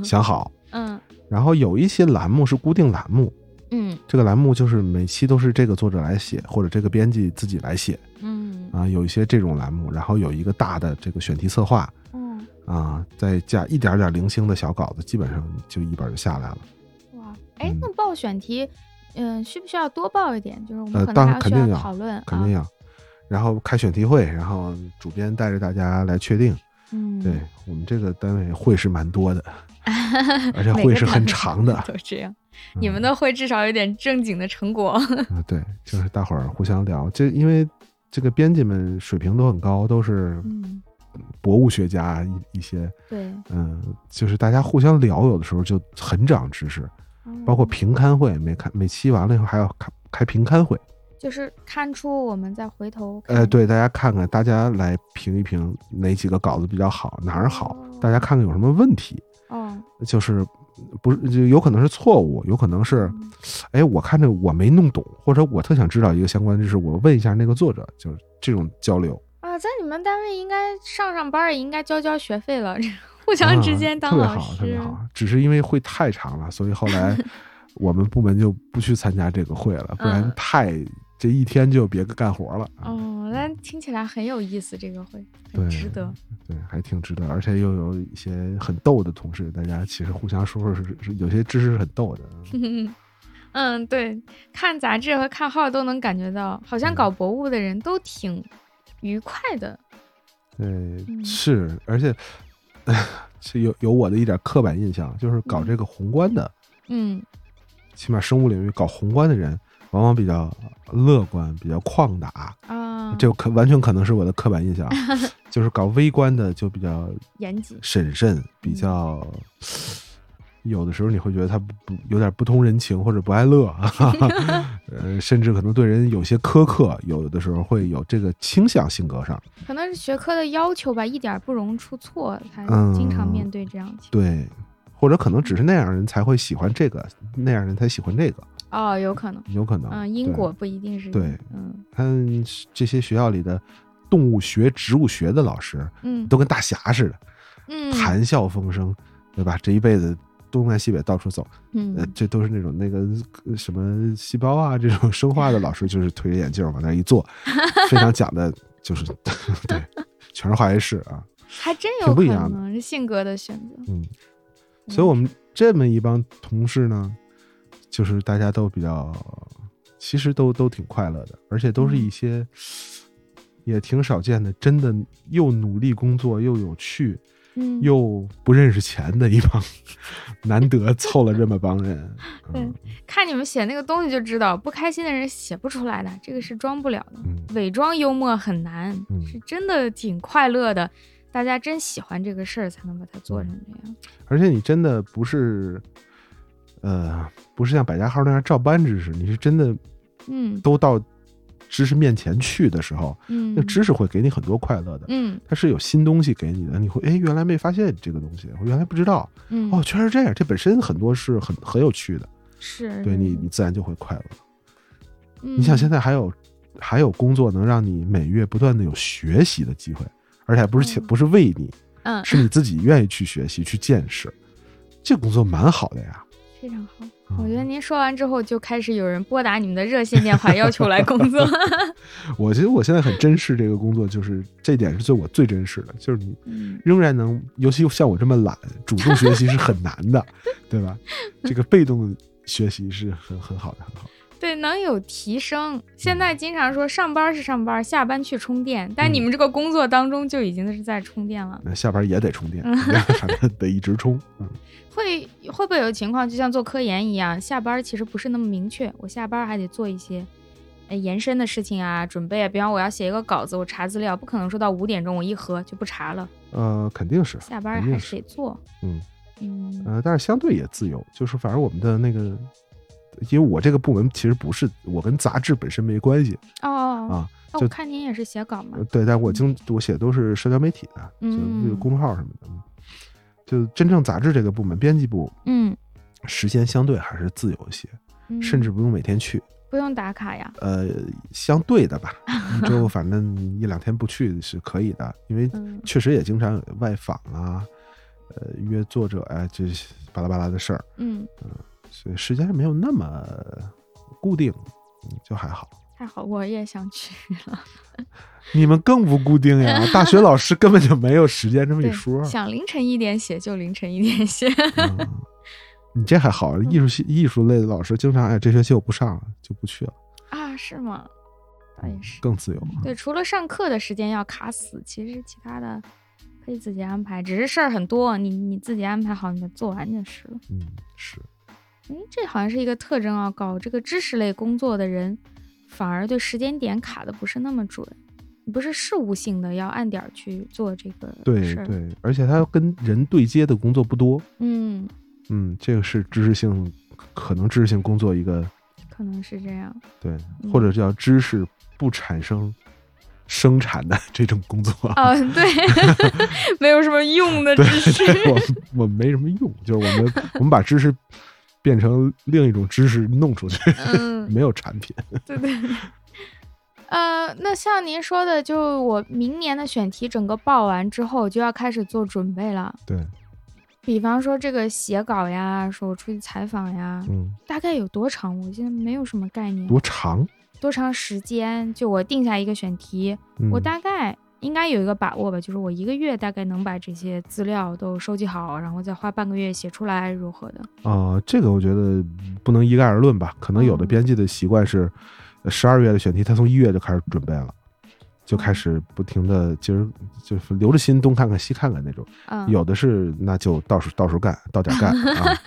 想好。嗯然后有一些栏目是固定栏目，嗯这个栏目就是每期都是这个作者来写，或者这个编辑自己来写嗯啊，有一些这种栏目，然后有一个大的这个选题策划嗯，啊，再加一点点零星的小稿子，基本上就一本就下来了。哇，哎嗯，那报选题，嗯，需不需要多报一点？就是我呃们可当能还然肯需要定要讨论，肯定啊，要。然后开选题会，然后主编带着大家来确定。嗯，对我们这个单位会是蛮 [laughs] 多的，而且每会个是单很位长的。 [laughs] 都这样。你们嗯的会至少有点正经的成果，啊，对，就是大伙儿互相聊。这因为这个编辑们水平都很高，都是嗯，博物学家一一些，对，嗯，就是大家互相聊，有的时候就很长知识。包括嗯评刊会，每刊每期完了以后还要开开评刊会，就是看出我们再回头看，呃，对，大家看看，大家来评一评哪几个稿子比较好，哪儿好，大家看看有什么问题，哦，就是不是就有可能是错误，有可能是嗯，哎，我看着我没弄懂，或者我特想知道一个相关知识，我问一下那个作者，就是这种交流。啊，在你们单位应该上上班儿也应该交交学费了，互相之间啊、 [laughs] 当特别老好，特别师，好。只是因为会太长了，所以后 [laughs] 来我们部门就不去参加这个会了，不然嗯太、这一天就别干活了。啊哦，那听起来很有意思，这个会对很值得。对，还挺值得，而且又有一些很逗的同事，大家其实互相说说是是有些知识是很逗的。啊嗯，对，看杂志和看号都能感觉到，好像嗯搞博物的人都挺愉快的。对，嗯是，而且是有有我的一点刻板印象，就是搞这个宏观的，嗯起码生物领域搞宏观的人，往往比较乐观，比较旷达。啊，这可完全可能是我的刻板印象， [laughs] 就是搞微观的就比较严谨。审慎，比嗯较。有的时候你会觉得他不不有点不通人情或者不爱乐， [laughs] 哈哈呃，甚至可能对人有些苛刻，有的时候会有这个倾向性格上。可能是学科的要求吧，一点儿不容出错，才嗯经常面对这样的情况。对，或者可能只是那样人才会喜欢这个，那样人才喜欢这个，哦，有可能，有可能。嗯，因对果，不一定是对，嗯他们这些学校里的动物学、植物学的老师嗯都跟大侠似的，嗯，谈笑风生，对吧？这一辈子东南西北到处走，呃嗯，这都是那种那个呃什么细胞啊这种生化的老师，就是推着眼镜往那儿一坐，非常讲的就是 [laughs] 对，全是化学式啊，还真挺有不可一样的能是性格的选择。嗯，所以我们这么一帮同事呢，就是大家都比较，其实都都挺快乐的，而且嗯都是一些也挺少见的，真的又努力工作又有趣嗯，又不认识钱的一帮，难得凑了这么帮人，嗯看你们写那个东西就知道，不开心的人写不出来的，这个是装不了的。嗯伪装幽默很难，嗯是真的挺快乐的，大家真喜欢这个事儿才能把它做成这样。而且你真的不是，呃，不是像百家号那样照搬知识，你是真的嗯都到知识面前去的时候，嗯，那知识会给你很多快乐的。嗯它是有新东西给你的，你会哎，原来没发现这个东西，我原来不知道，嗯哦，，全是这样，这本身很多是很很有趣的，是嗯对你，你自然就会快乐。你你想现在还有还有工作能让你每月不断的有学习的机会，而且还不是钱嗯不是为你，嗯是你自己愿意去学习去见识，这工作蛮好的呀。非常好。嗯我觉得您说完之后，就开始有人拨打你们的热线电话，要求来工 [laughs] 作。我觉得我现在很珍视这个工作，就是这点是对我最珍视的，就是你嗯仍然能，尤其像我这么懒，主动学习是很难 [laughs] 的，对吧？这个被动学习是很很好的，很好。对，能有提嗯升。现在经常说上班是上班，下班去充电，但你嗯们这个工作当中就已经是在充电了。那下班也得 [laughs] 充电，反正得一直充。嗯，会会不会有情况，就像做科研一样，下班其实不是那么明确，我下班还得做一些。呃延伸的事情啊，准备啊，比方我要写一个稿子，我查资料，不可能说到五点钟我一合就不查了，呃，肯定是，下班肯定还是得做。嗯嗯呃，但是相对也自由，就是反正我们的那个，因为我这个部门其实不是我跟杂志本身没关系哦，啊，哦就我看您也是写稿嘛呃，对，但我经我写的都是社交媒体的，嗯就公众号什么的。嗯就真正杂志这个部门，编辑部嗯，时间相对还是自由一些，嗯甚至不用每天去。不用打卡呀。呃，相对的 [laughs] 吧，一周反正一两天不去是可以的，因为嗯确实也经常有外访啊，呃，约作者啊，这些巴拉巴拉的事儿，嗯，所以时间上没有那么固定，嗯就还好。太好，我也想去了。你们更不固定 [laughs] 呀，大学老师根本就没有时间这么一对说。啊想凌晨一点写就凌晨一点写。 [laughs] 嗯 [laughs] 你这还好，艺术系艺术类的老师经常哎，这学期我不上了，就不去了，啊，是吗？倒也是。更自由。对，除了上课的时间要卡死，其实其他的可以自己安排，只是事儿很多，你你自己安排好，你就做完就是了。嗯，是，诶，这好像是一个特征啊，搞这个知识类工作的人，反而对时间点卡的不是那么准。你不是事务性的，要按点儿去做这个对事儿。对，而且他跟人对接的工作不多。嗯，嗯，这个是知识性，可能知识性工作一个可能是这样。对，嗯或者叫知识不产生生产的这种工作。哦，对， [laughs] 没有什么用的知 [laughs] 对识。对，我我没什么 [laughs] 用，就是我们我们把知识变成另一种知识弄出去，嗯，没有产品。对 [laughs] 对。对呃，那像您说的，就我明年的选题整个报完之后，就要开始做准备了。对，比方说这个写稿呀，说我出去采访呀，嗯，大概有多长？我现在没有什么概念。多长？多长时间？就我定下一个选题，嗯、我大概应该有一个把握吧，就是我一个月大概能把这些资料都收集好，然后再花半个月写出来，如何的？啊、这个我觉得不能一概而论吧。可能有的嗯编辑的习惯是，十二月的选题，他从一月就开始准备了，就开嗯始不停的，就是就是留着心东看看西看看那种。嗯， [laughs] 有的是那就到处到处干，到点儿干啊。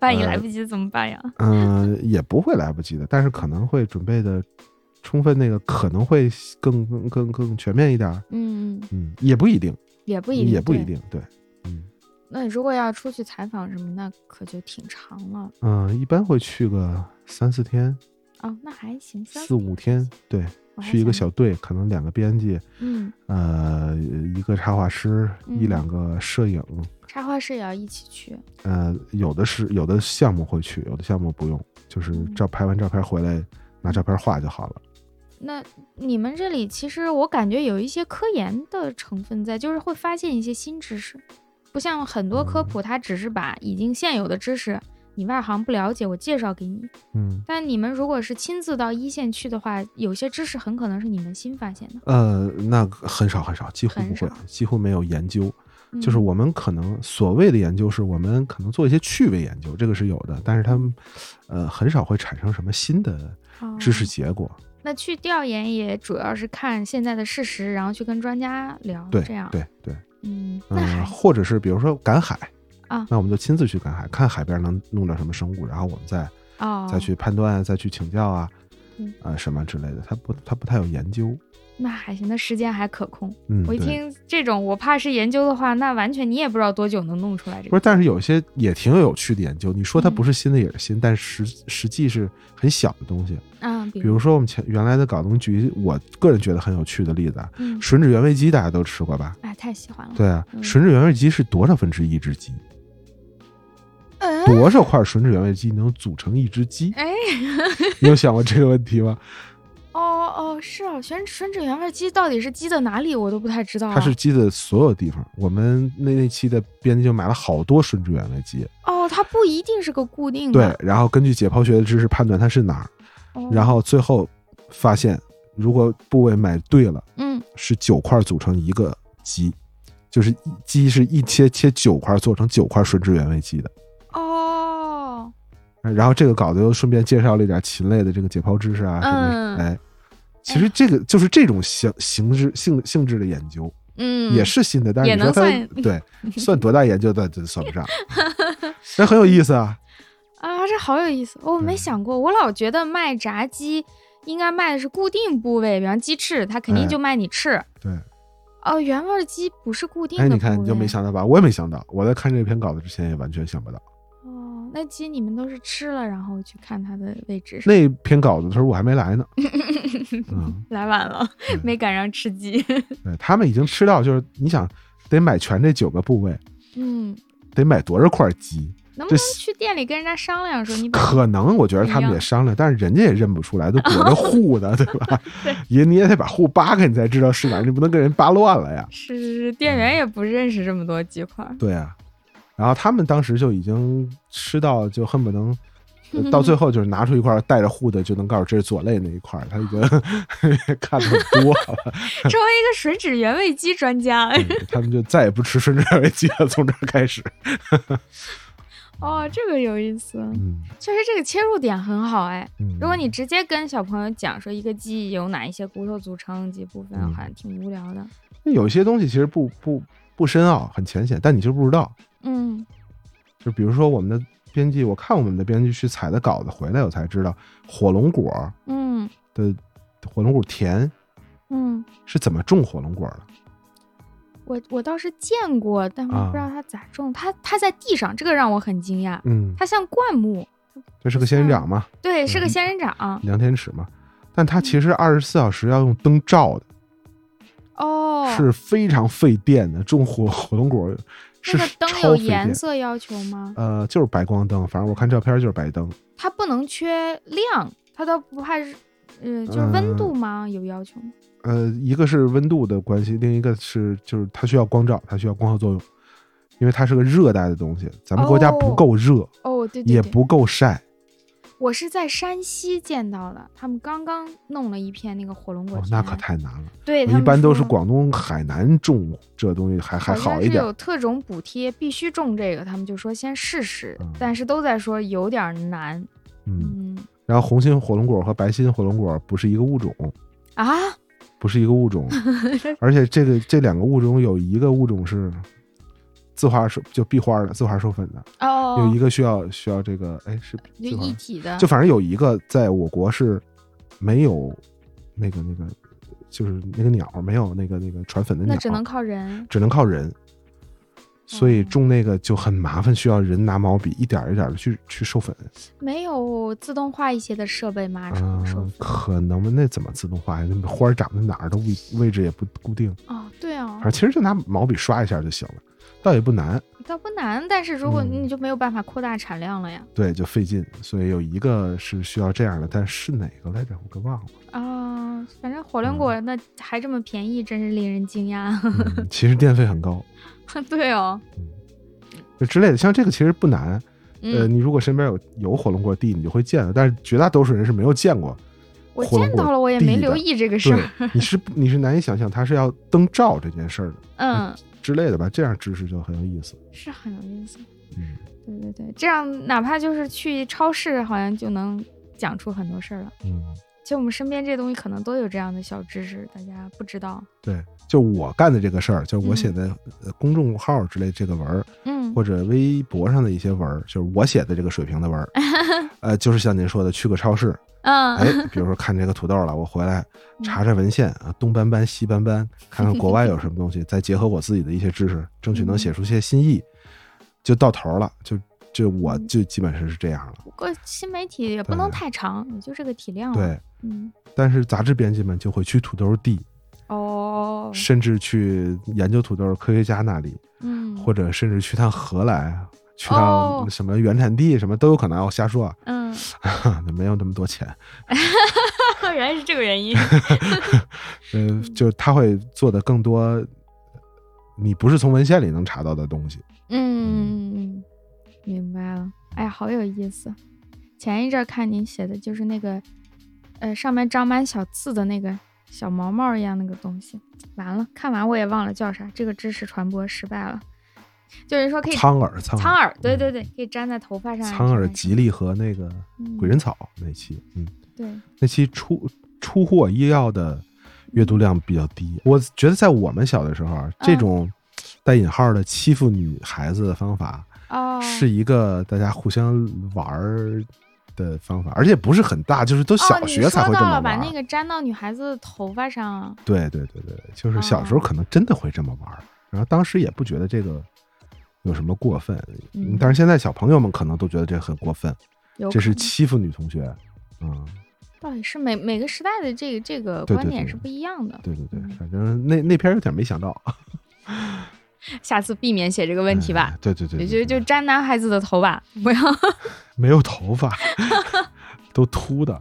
万一呃来不及怎么办呀？嗯、也不会来不及的，但是可能会准备的充分，那个可能会更更更更全面一点儿。嗯，嗯嗯，也不一定，也不一定，也不一对定，对。嗯那如果要出去采访什么，那可就挺长了嗯、一般会去个三四天、哦。那还行，三四五天，对，我还去一个想小队，可能两个编辑，嗯，呃，一个插画师，一嗯两个摄影，插画室也要一起去。呃，有的是有的项目会去，有的项目不用，就是嗯照拍完照片回来拿照片画就好了。那你们这里其实我感觉有一些科研的成分在，就是会发现一些新知识，不像很多嗯科普，它只是把已经现有的知识，你外行不了解，我介绍给你。嗯，但你们如果是亲自到一线去的话，有些知识很可能是你们新发现的。呃，那个很少很少，几乎很不会少，几乎没有研究。嗯、就是我们可能所谓的研究，是我们可能做一些趣味研究，这个是有的，但是他们呃很少会产生什么新的哦知识结果。那去调研也主要是看现在的事实，然后去跟专家聊，对这样，对对，嗯，那还嗯，或者是比如说赶海啊那我们就亲自去赶海，看海边能弄着什么生物，然后我们再哦，再去判断，再去请教啊嗯，啊什么之类的。他不他不太有研究，那还行，那时间还可控。嗯，我一对听这种，我怕是研究的话，那完全你也不知道多久能弄出来这不个。是，但是有些也挺有趣的研究。你说它嗯不是新的也是新，但实实际是很小的东西。嗯，比比如说我们前原来的港东局，我个人觉得很有趣的例子啊，嗯，吮指原味鸡大家都吃过吧？哎，太喜欢了。对啊，嗯吮指原味鸡是多少分之一 [laughs] 只鸡？嗯，多少块吮指原味鸡能组成一只鸡？哎，你有想过这个问题 [laughs] 吗？哦哦，是哦，选吮指原味鸡到底是鸡的哪里，我都不太知道啊。它是鸡的所有地方。我们那那期的编辑就买了好多吮指原味鸡，哦，它不一定是个固定对的。，哦然后根据解剖学的知识判断它是哪儿，对然后最后发现，如果部位买对了，嗯，是九块组成一个鸡，就是一鸡是一切切九块做成九块吮指原味鸡的。嗯哦，然后这个稿子又顺便介绍了一点禽类的这个解剖知识啊什么嗯的，哎，其实这个就是这种形形式性性质的研究嗯，也是新的，但是也你说能它算 [laughs] 对算多大研究的这算不上，那很有意思啊。啊，这好有意思，我没嗯想过，我老觉得卖炸鸡应该卖的是固定部位，比方鸡翅，它肯定哎就卖你翅。对，哦，原味鸡不是固定的哎，部位。你看你就没想到吧？我也没想到，我在看这篇稿子之前也完全想不到。哦，那鸡你们都是吃了，然后去看它的位置是吧，那篇稿子的时候我还没来 [laughs] 呢，嗯，来晚了，对没赶上吃鸡。 [laughs] 对他们已经吃到，就是你想得买全这九个部位，嗯，得买多少块鸡？能不能去店里跟人家商量说你 [laughs] 把可能我觉得他们也商量，但是人家也认不出来，都裹 [laughs] 着护的，对吧？对也你也得把护扒开，你才知道是哪儿，你不能给人扒乱了呀。是是是，店员也不认识这么多鸡 [laughs] 块儿，对啊，然后他们当时就已经吃到，就恨不能。 [laughs] 呃到最后就是拿出一块带着护的，就能告诉这是左肋那一块儿，他已经 [laughs] 看的多了。 [laughs] 成为一个吮指原味鸡专家。哎嗯他们就再也不吃顺治味鸡了，从这儿开始。哦，这个有意思，嗯确实这个切入点很好哎。嗯，如果你直接跟小朋友讲说一个鸡由哪一些骨头组成几部分，嗯好像挺无聊的。有些东西其实不不不深奥，很浅显，但你就不知道。嗯就比如说我们的编辑，我看我们的编辑去采的稿子回来，我才知道火龙果嗯的火龙果田嗯，是怎么种火龙果的。我我倒是见过，但我啊不知道它咋种。它它在地上，这个让我很惊讶。嗯，它像灌木，这是个仙人掌嘛，对，是个嗯仙人掌。量天尺嘛，但它其嗯实二十四小时要用灯照的，哦，是非常费电的。种火 [laughs] 火龙果是那个灯超有费电颜。色要求吗？呃，就是白光灯，反正我看照片就是白灯。它不能缺亮，它都不怕日，嗯、就是温度吗？有要求吗？呃，一个是温度的关系，另一个是就是它需要光照，它需要光合作用，因为它是个热带的东西，咱们国家不哦够热，哦，对对也对，不够晒。我是在山西见到的，他们刚刚弄了一片那个火龙果哦田，，那可太难了。对，他一们般都是说广东、海南种这东西还还好好像一是点有。特种补贴，必须种这个，他们就说先试试，嗯但是都在说有点难，嗯，嗯然后红心火龙果和白心火龙果不是一个物种，啊，不是一个 [laughs] 物种，而且这个这两个物种有一个物种是自花授就闭花的自花授粉的，有哦一，个需要需要这个哎是就自花一体的，就反正有一个在我国是没有那个那个就是那个鸟没有那个那个传粉的鸟，那只能靠哦人，只能靠人。所以哦种那个就很麻烦，需要人拿毛笔一点儿一点的去去授粉没有自动化一些的设备吗？啊、手手扶可能吧那怎么自动化呀？那花儿长在哪儿都位位置也不固定，哦，对哦反，正其实就拿毛笔刷一下就行了，倒也不难。倒不难，但是如果嗯你就没有办法扩大产量了呀。对，就费劲。所以有一个是需要这样的，但是哪个来着？我给忘了。啊、反正火龙果那还这么便宜，真是令人惊讶。 [laughs] 嗯其实电费很高，对哦，就之类的。像这个其实不难，呃，嗯，你如果身边有有火龙果地，你就会见到，但是绝大多数人是没有见过。我火龙见果到了，我也地没的留意这个事对儿。，你是你是难以想象它是要灯照这件事儿的嗯，之类的吧？这样知识就很有意思。是很有意思。嗯，对对对，这样哪怕就是去超市，好像就能讲出很多事儿了。嗯，就我们身边这东西，可能都有这样的小知识，大家不知道。对，就我干的这个事儿，就我嗯写的呃公众号之类这个文儿，嗯，或者微博上的一些文儿，就是我写的这个水平 [laughs] 的文儿，呃，就是像您说的，去个超市，嗯，哎，比如说看这个土豆了，我回来查查文献啊，东搬搬西搬搬，看看国外有什么东 [laughs] 西，再结合我自己的一些知识，争嗯取能写出些新意，就到头了。就就我嗯就基本上是这样了。不过新媒体也不能对太长，也就这个体量了。，对，嗯，但是杂志编辑们就会去土豆地，哦，甚至去研究土豆科学家那里，嗯，或者甚至去趟荷兰。去趟哦什么原产地什么都有可能，我瞎说啊，嗯， [laughs] [laughs] 没有那么多钱。原来是这个原因。呃，就是他会做的更多，你不是从文献里能查到的东西。嗯，明白了。哎呀，好有意思。前一阵儿看您写的就是那个，呃，上面长满小刺的那个小毛毛一样那个东西。完了，看完我也忘了叫啥，这个知识传播失败了。就是说可以苍耳，苍苍耳，对嗯对对，可以粘在头发上啊。苍耳粘在吉利和那个嗯鬼针草那期，嗯，对，那期出出乎我意料的阅读量比较低。我觉得在我们小的时候啊，嗯这种带引号的欺负女孩子的方法，哦，是一个大家互相玩儿的方法，而且不是很大，就是都小学才哦、会你说这到么了，把玩那儿。个粘到女孩子的头发上啊。对对对对，就是小时候哦可能真的会这么玩儿，然后当时也不觉得这个有什么过分，嗯但是现在小朋友们可能都觉得这很过分。有这可是能欺负女同学，嗯，到底是每每个时代的这个这个对对观点对是不一样的。对对对嗯，反正那那篇有点没想到，下次避免写这个问题吧。哎对对对也对就对就粘男孩子的头吧，不要没有头 [laughs] 发，都秃的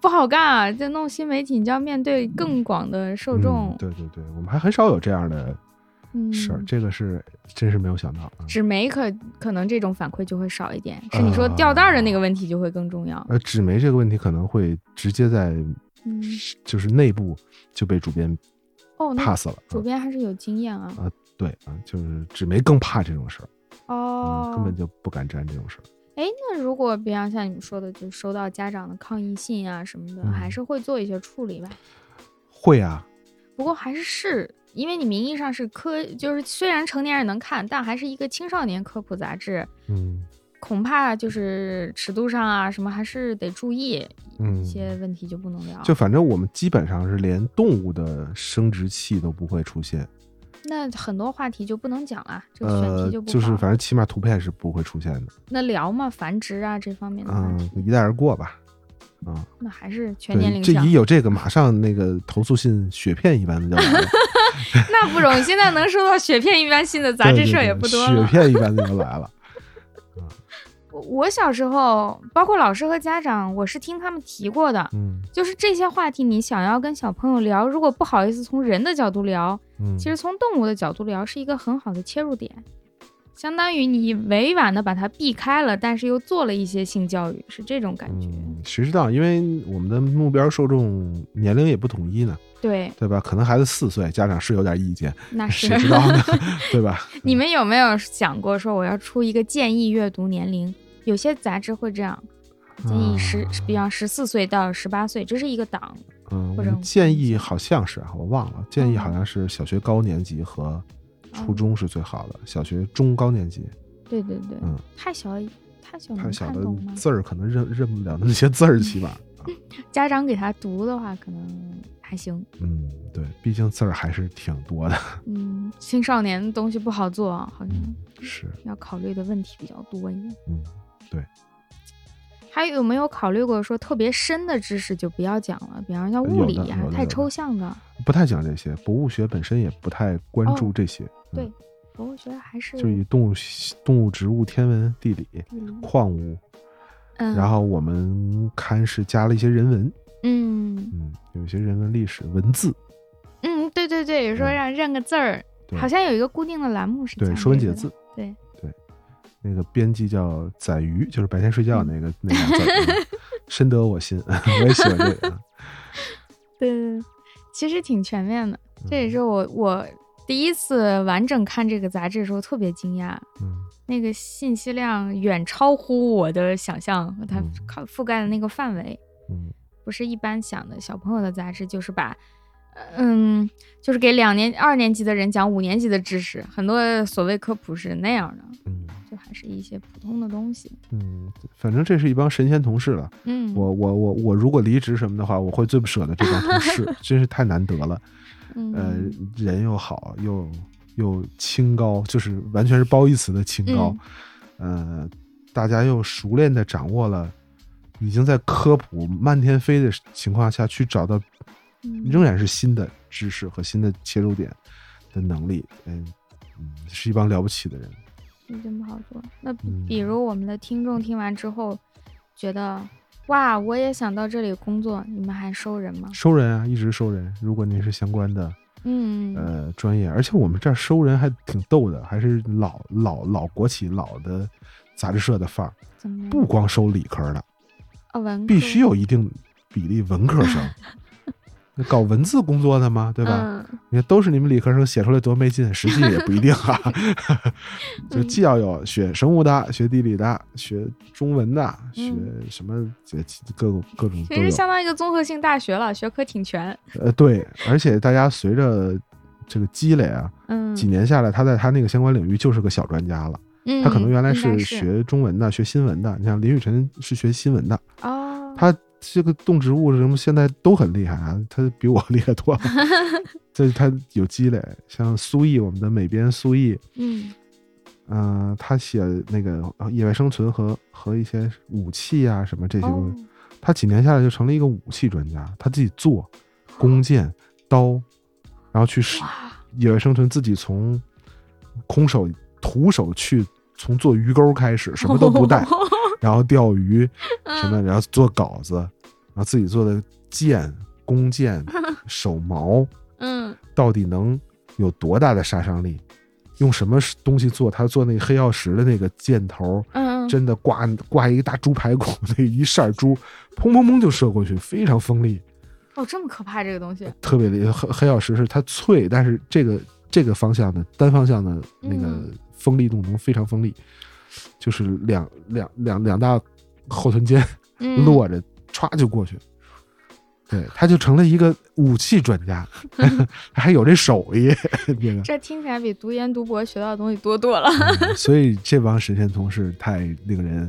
不好干啊！这弄新媒体，你就要面对更广的受众嗯。对对对，我们还很少有这样的嗯，事儿，这个是真是没有想到啊。纸媒可可能这种反馈就会少一点，是你说啊吊带儿的那个问题就会更重要。呃，纸媒这个问题可能会直接在嗯，就是内部就被主编哦，那 pass 了啊。主编还是有经验啊。啊，对啊，就是纸媒更怕这种事儿、嗯，根哦本，就不敢沾这种事儿。哎，那如果比方像你们说的，就收到家长的抗议信啊什么的，嗯还是会做一些处理吧。会啊，不过还是是因为你名义上是科，就是虽然成年人能看，但还是一个青少年科普杂志，嗯恐怕就是尺度上啊什么还是得注意，嗯一，些问题就不能聊。就反正我们基本上是连动物的生殖器都不会出现，那很多话题就不能讲了，这个选呃题就，不就是好反正起码图片是不会出现的，那聊嘛，繁殖啊这方面的话嗯题，，一带而过吧。啊、那还是全年对，龄这向一，有这个，马上那个投诉信雪片一般的就 [laughs] 来了，那不容易。现在能收到雪片一般新的杂对志对社对也不多了。雪片一般的就 [laughs] 来了。我我小时候，包括老师和家长，我是听他们提过的，嗯就是这些话题，你想要跟小朋友聊，如果不好意思从人的角度聊，嗯，其实从动物的角度聊是一个很好的切入点，相当于你委婉的把它避开了，但是又做了一些性教育，是这种感觉。嗯，谁知道？因为我们的目标受众年龄也不统一呢，对，对吧？可能孩子四岁，家长是有点意见， [laughs] 那是谁知道呢？对吧？ [laughs] 你们有没有想过说我要出一个建议阅读年龄？有些杂志会这样，建议十，啊比方十四岁到十八岁，这是一个档。嗯，或我者们建议好像是啊，我忘了，嗯建议好像是小学高年级和初中是最好的，小学中高年级，对对对，嗯太小太小太能小看的懂吗？ [laughs] 字儿可能认认不了那些字儿，起码，啊家长给他读的话，可能还行。嗯，对，毕竟字儿还是挺多的，嗯，青少年的东西不好做啊，好像嗯， [laughs] 是，要考虑的问题比较多一点。嗯，还有没有考虑过说特别深的知识就不要讲了？比方像物有理的啊有，的太有的抽象的，不太讲这些，博物学本身也不太关哦注这些，对嗯博物学还是就以动物、动物、植物、天文、地理、嗯矿物，嗯，然后我们看是加了一些人文，嗯嗯，有一些人文历史文字，嗯，对对对，说嗯让认个字儿，对好像有一个固定的栏目是对，讲说文这解个的字，，对对，那个编辑叫宰鱼，就是白天睡嗯觉那个、那俩字儿，嗯深得我心， [laughs] 我也喜欢这个。啊对对，对其实挺全面的。 [laughs] 这也嗯是我我第一次完整看这个杂志的时候特别惊讶，嗯那个信息量远超乎我的想象，它嗯靠覆盖的那个范围，嗯不是一般想的小朋友的杂志，就是把。嗯，就是给两年二年级的人讲五年级的知识，很多所谓科普是那样的，嗯就还是一些普通的东西。嗯，反正这是一帮神仙同事了。嗯，我我我我如果离职什么的话，我会最不舍得这帮同事， [laughs] 真是太难得了。呃嗯，人又好，又又清高，就是完全是褒义词的清高。嗯呃，大家又熟练的掌握了，已经在科普漫天飞的情况下去找到嗯仍然是新的知识和新的切入点的能力，嗯嗯，是一帮了不起的人。嗯这真不好说。那比嗯比如我们的听众听完之后，觉得哇，我也想到这里工作，你们还收人吗？收人啊，一直收人。如果您是相关的嗯，呃专业，而且我们这儿收人还挺逗的，还是老老老国企老的杂志社的范儿，怎么样不光收理科的，啊文必科须有一定比例文 [laughs] 科生。那搞文字工作的吗？对吧？嗯你看，都是你们理科生写出来多没劲，实际也不一定 [laughs] 啊。就既要有学生物的、学地理的、学中文的、学嗯什么这各种各种其都实有。相当于一个综合性大学了，学科挺全。呃，对，而且大家随着这个积累啊，嗯，几年下来，他在他那个相关领域就是个小专家了。嗯他可能原来应该是是学中文的、学新闻的，你像林雨辰是学新闻的，哦，他这个动植物什么现在都很厉害啊，他比我厉害多 [laughs] 了。这是他有积累，像苏毅，我们的美编苏毅，嗯嗯，他写那个呃野外生存和和一些武器啊什么这些东哦西，他几年下来就成了一个武器专家，他自己做弓箭、刀，然后去使哇野外生存，自己从空手徒手去从做鱼钩开始，什么都 [laughs] 不带，然后钓鱼什嗯么，然后做稿子，然后自己做的剑、弓 [laughs] 箭、手矛，嗯到底能有多大的杀伤力？用什么东西做？他做那个黑曜石的那个箭头，嗯，真的挂挂一个大猪排骨， [laughs] 那一扇猪，砰砰砰就射过去，非常锋利，哦，这么可怕这个东西，特别厉害。黑黑曜石是它脆，但是这个这个方向的单方向的那个嗯锋利度能非常锋利，就是两两两两大后臀尖嗯，落着，歘就过去。对，他就成了一个武器专 [laughs] 家，他还有这手艺， [laughs] 这个。这听起来比读研读博学到的东西多多了。 [laughs] 嗯所以这帮神仙同事太令人，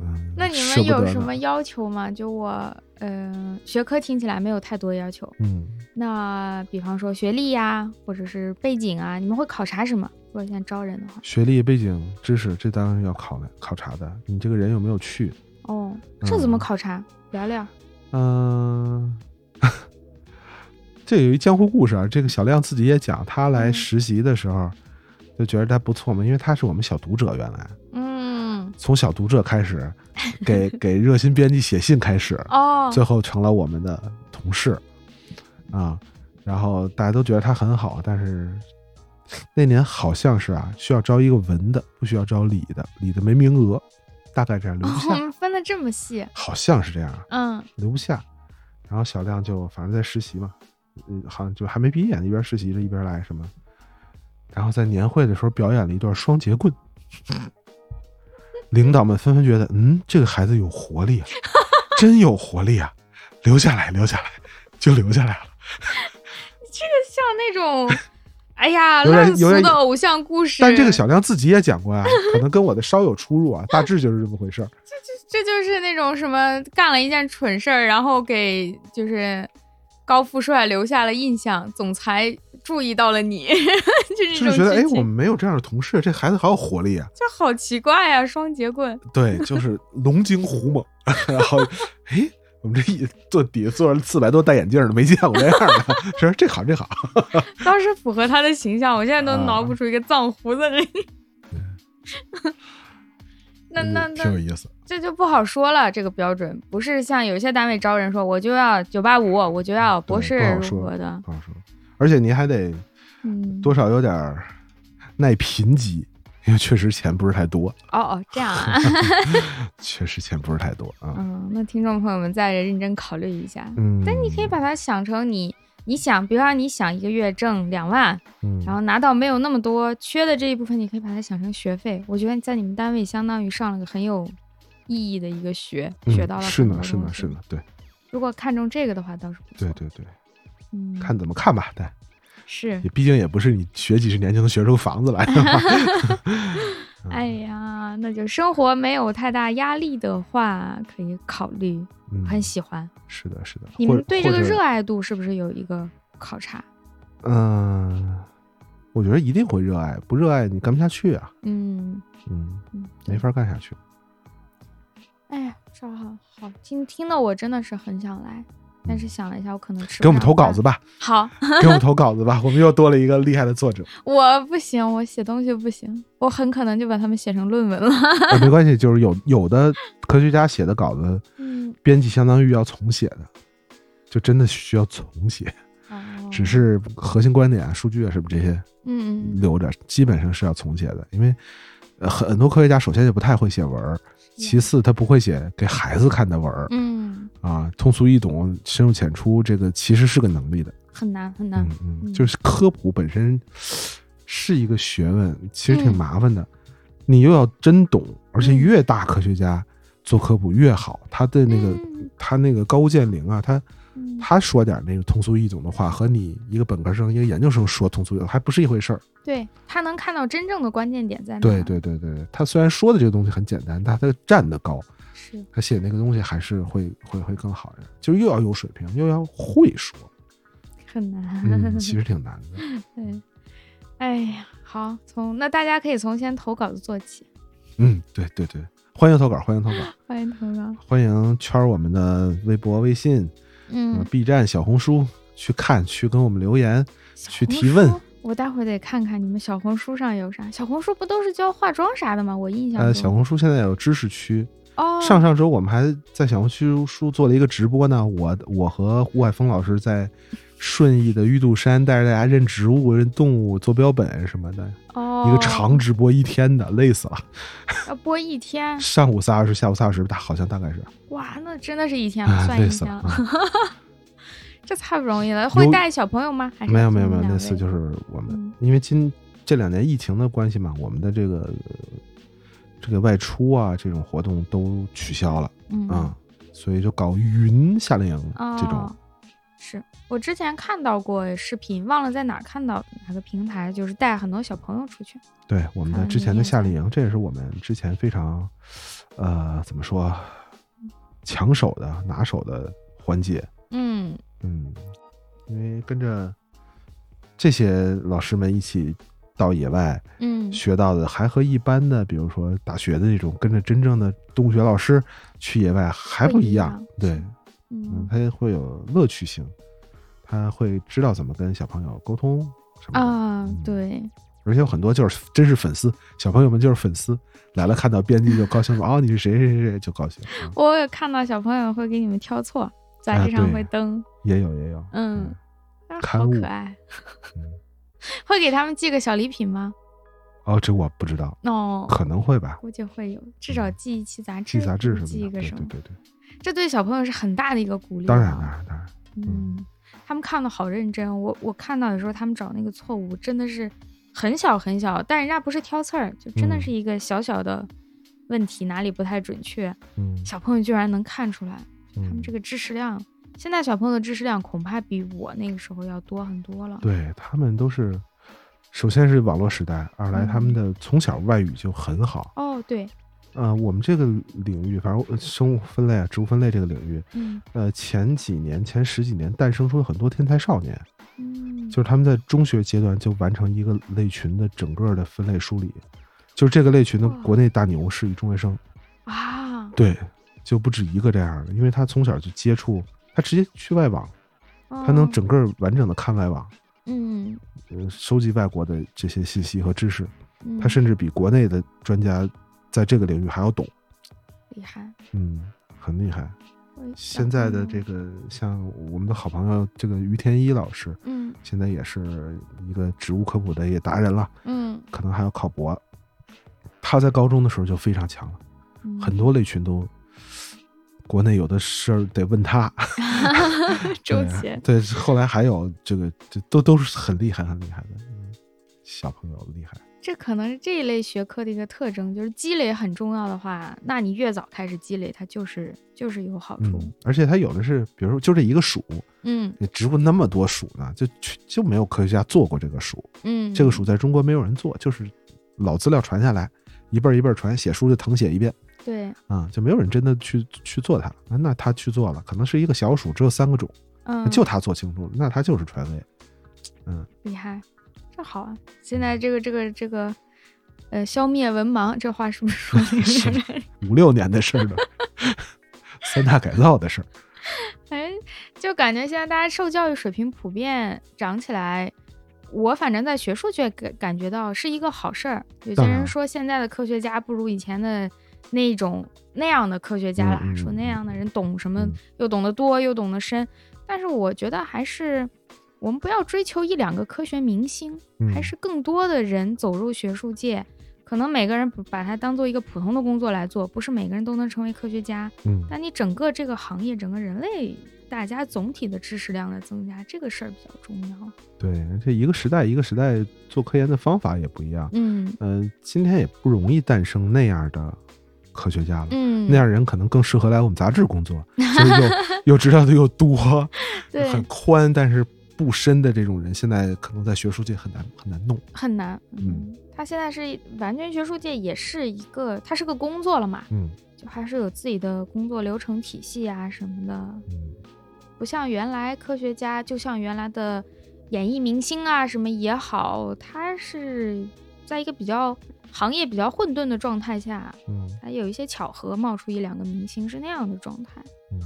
嗯，那你舍们不得有呢什么？要求吗？就我，嗯、学科听起来没有太多要求。嗯，那比方说学历呀、或者是背景啊，你们会考察什么？如果现在招人的话，学历、背景、知识，这当然要考的考察的。你这个人有没有趣？哦，这怎么嗯考察？聊聊。嗯、 [laughs] 这有一江湖故事啊。这个小亮自己也讲，他来嗯实习的时候、就觉得他不错嘛，因为他是我们小读者，原来嗯，从小读者开始，给给热心编辑写信开始，哦，最后成了我们的同事啊。然后大家都觉得他很好，但是那年好像是啊，需要招一个文的，不需要招理的，理的没名额，大概这样留不下，哦分的这么细。好像是这样啊， [laughs] 嗯留不下。然后小亮就反正在实习嘛，嗯，好像就还没毕业呢，一边实习着一边来什么。然后在年会的时候表演了一段双 [laughs] 节棍，领导们纷纷觉得，嗯，这个孩子有活力啊，真有活力啊，留下来，留下来，就留下来了。像那种，哎呀，有点烂有俗点的偶像故事。但这个小亮自己也讲过啊，可能跟我的稍有出入啊，大致就是这么回事儿。这就是那种什么干了一件蠢事儿，然后给就是高富帅留下了印象，总裁注意到了你， [laughs] [laughs] 就是这就种是觉得，哎剧，情我们没有这样的同事，这孩子好有活力啊。这好奇怪呀、双节棍，对，就是龙精虎猛。 [laughs] 然后，哎，我们这一坐底下坐着四百多戴眼镜儿的，没见过这样的。 [laughs] 说这好，这好。当时符合他的形象，我现在都啊挠不出一个脏胡子来。 [laughs] 那那嗯那挺有意思。这就不好说了，这个标准不是像有些单位招人说我就要九八五，我就要博士对不好如说何的，不好说。而且您还得嗯，多少有点儿耐贫瘠，因为确实钱不是太多，哦哦，这样 [laughs] 啊，确实钱不是太多啊。嗯，那听众朋友们再认真考虑一下，嗯，但你可以把它想成你，你想，比如说你想一个月挣两万，嗯，然后拿到没有那么多缺的这一部分，你可以把它想成学费。我觉得在你们单位相当于上了个很有意义的一个学，嗯学到了是很呢，多是东呢，西是。呢，对，如果看中这个的话，倒是不错对。对对，嗯，看怎么看吧。但是也，毕竟也不是你学几十年就能学出房子来的 [laughs] 嘛。哎嗯呀，那就生活没有太大压力的话，可以考虑，嗯，很喜欢。是的，是的。你或们者对这个或者热爱度是不是有一个考察？嗯，我觉得一定会热爱，不热爱你干不下去啊。嗯嗯，嗯，对没法干下去。哎呀，这儿好好听，听的我真的是很想来，但是想了一下，我可能吃不给我们了投稿饭子。 [laughs] 吧，好，给我们投稿子吧， [laughs] 我们又多了一个厉害 [laughs] 的作者。我不行，我写东西不行，我很可能就把它们写成论文了。呃没关系，就是有有的科学家写的稿子， [laughs] 嗯，编辑相当于要重写的，就真的需要重写，哦 [laughs] 只是核心观点啊、数据啊什么这些嗯嗯嗯，留着，基本上是要重写的，因为。呃很很多科学家首先就不太会写文儿，其次他不会写给孩子看的文儿嗯，啊，通俗易懂、深入浅出，这个其实是个能力的。很难很难嗯，嗯，嗯就是科普本身是一个学问，其实挺嗯麻烦的。你又要真懂，而且嗯越大科学家做科普越好，他的那个、嗯他那个高屋建瓴啊，他嗯他说点那个通俗易懂的话，和你一个本科生、一个研究生说通俗易懂还不是一回事儿。对他能看到真正的关键点在哪。对，对对对，他虽然说的这个东西很简单，但他站得高，是，他写那个东西还是会会会更好一点，就是又要有水平，又要会 [laughs] 说，很难。嗯，其实挺难的。对，哎呀，好，从那大家可以从先投稿做起，嗯，对对对，欢迎投稿，欢迎投稿。欢迎投稿。欢迎圈儿我们的微博、微信、什么呃嗯， B 站、小红书去看，去跟我们留言，去小红提问呃书。我待会儿得看看你们小红书上有啥。小红书不都是教化妆啥的吗？我印象呃，中。小红书现在有知识区，哦，上上周我们还在小红书书做了一个直播呢，我我和胡海峰老师在顺义的玉渡山带着大家认植物、认动物、做标本什么的，哦一个长直播一天的，累死了。要播一天，上午三小时，下午三小时，大好像大概是，哇，那真的是一天了，啊，算一 [laughs] 累死天了。了，啊这太不容易了。会有带小朋友吗？还是没有就没有你没们有，那两次位就是我们嗯因为今这两年疫情的关系嘛，我们的这个这个外出啊这种活动都取消了嗯啊、所以就搞云夏令营嗯这种。哦是我之前看到过视频，忘了在哪儿看到哪个平台，就是带很多小朋友出去。对我们看的来之你前的也在夏令营，这也是我们之前非常，呃，怎么说，抢手的、拿手的环节。嗯，嗯，因为跟着这些老师们一起到野外嗯，学到的，还和一般的，比如说大学的这种跟着真正的动物学老师去野外还不不一一样样。对，是嗯嗯，他会有乐趣性，他会知道怎么跟小朋友沟通什么的。啊嗯，对，而且有很多就是真是粉丝，小朋友们就是粉丝，来了看到编辑就高兴了， [laughs] 哦，你是谁谁谁谁就高兴，嗯我有看到小朋友会给你们挑错，杂啊志上对会登，也有也有，嗯，啊刊好物可爱。嗯 [laughs] 会给他们寄个小礼品吗？哦，这我不知道，哦，可能会吧，估计会有，至少寄一期杂志，寄杂志什寄一么的，个对什对么，对对，这对小朋友是很大的一个鼓励。啊当然当，然当然，嗯，他们看的好认真，我我看到有时候他们找那个错误真的是很小很小，但人家不是挑刺儿，就真的嗯是一个小小的问题，哪里不太准确，嗯小朋友居然能看出来，他们嗯这，个知识量。现在小朋友的知识量恐怕比我那个时候要多很多了。对他们都是，首先是网络时代，二来他嗯们的从小外语就很好，哦，对，呃，我们这个领域，反正我生物分类啊、植物分类这个领域，嗯呃，前几年前十几年诞生出了很多天才少年。嗯，就是他们在中学阶段就完成一个类群的整个的分类梳理，就是这个类群的哇国内大牛是一中学生，啊，对，就不止一个这样的，因为他从小就接触，他直接去外网，他他能整个完整的看外网，哦嗯，呃，收集外国的这些信息和知识，嗯他甚至比国内的专家在这个领域还要懂，厉害。嗯，很厉害。我也现在的想这个像我们的好朋友这个于天一老师，嗯现在也是一个植物科普的也达人了。嗯，可能还要考博。他在高中的时候就非常强了，嗯很多类群都，国内有的事儿得问他。周对杰，对，后来还有这个，这都都是很厉害、很厉害的、嗯、小朋友，厉害。这可能是这一类学科的一个特征，就是积累很重要的话，那你越早开始积累，它就是就是有好处。嗯，而且他有的是，比如说就这一个属，嗯你植物那么多属呢，就去就没有科学家做过这个属，嗯，这个属在中国没有人做，就是老资料传下来，一辈儿一辈儿传，写书就誊写一遍。对，啊、就没有人真的去去做它。那那他去做了，可能是一个小鼠，只有三个种，嗯，就他做清楚了，那他就是权威。嗯，厉害，这好啊！现在这个这个这个，呃，消灭文盲这话是不是说的有 [laughs] 点五六年的事儿了， [laughs] 三大改造的事儿。哎，就感觉现在大家受教育水平普遍涨起来，我反正在学术界感感觉到是一个好事儿。有些当然人说现在的科学家不如以前的那种那样的科学家了，嗯嗯说那嗯样的人懂什么、嗯又懂得多又懂得深，但是我觉得还是。我们不要追求一两个科学明星，嗯还是更多的人走入学术界。可能每个人不把它当做一个普通的工作来做，不是每个人都能成为科学家。嗯，但你整个这个行业，整个人类大家总体的知识量的增加，这个事儿比较重要。对，这一个时代一个时代做科研的方法也不一样。嗯嗯、今天也不容易诞生那样的科学家了。嗯那样人可能更适合来我们杂志工作，所以 [laughs] 又又知道的又多，对很宽，但是不深的这种人，现在可能在学术界很难很难弄。很难。嗯，他现在是完全学术界也是一个，他是个工作了嘛，嗯就还是有自己的工作流程体系啊什么的，嗯。不像原来科学家，就像原来的演艺明星啊什么也好，他是在一个比较行业比较混沌的状态下，嗯还有一些巧合冒出一两个明星是那样的状态。嗯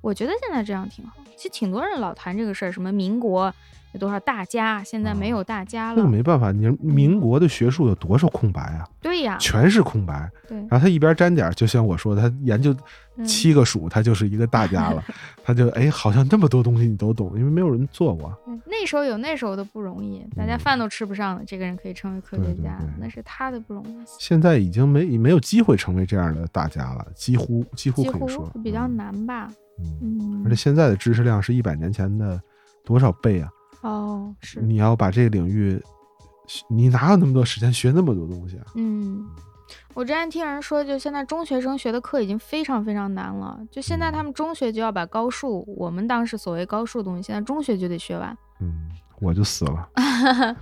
我觉得现在这样挺好。其实挺多人老谈这个事儿，什么民国有多少大家，现在没有大家了。啊那没办法，你嗯民国的学术有多少空白啊？对呀，全是空白。对，然后他一边沾点儿，就像我说的，他研究嗯七个属，他就是一个大 [laughs] 家了。他就哎，好像这么多东西你都懂，因为没有人做过。对那时候有那时候的不容易，大家嗯饭都吃不上了，这个人可以成为科对学对家对，那是他的不容易，现在已经没没有机会成为这样的大家了，几乎几乎几可以说乎比较。难吧。嗯，嗯嗯而且，现在的知识量是一百年前的多少倍啊？哦，是，你要把这个领域，你哪有那么多时间学那么多东西啊？嗯，我之前听人说，就现在中学生学的课已经非常非常难了，就现嗯在他们中学就要把高数，我们当时所谓高数的东西，现在中学就得学完。嗯，我就死 [laughs] 了。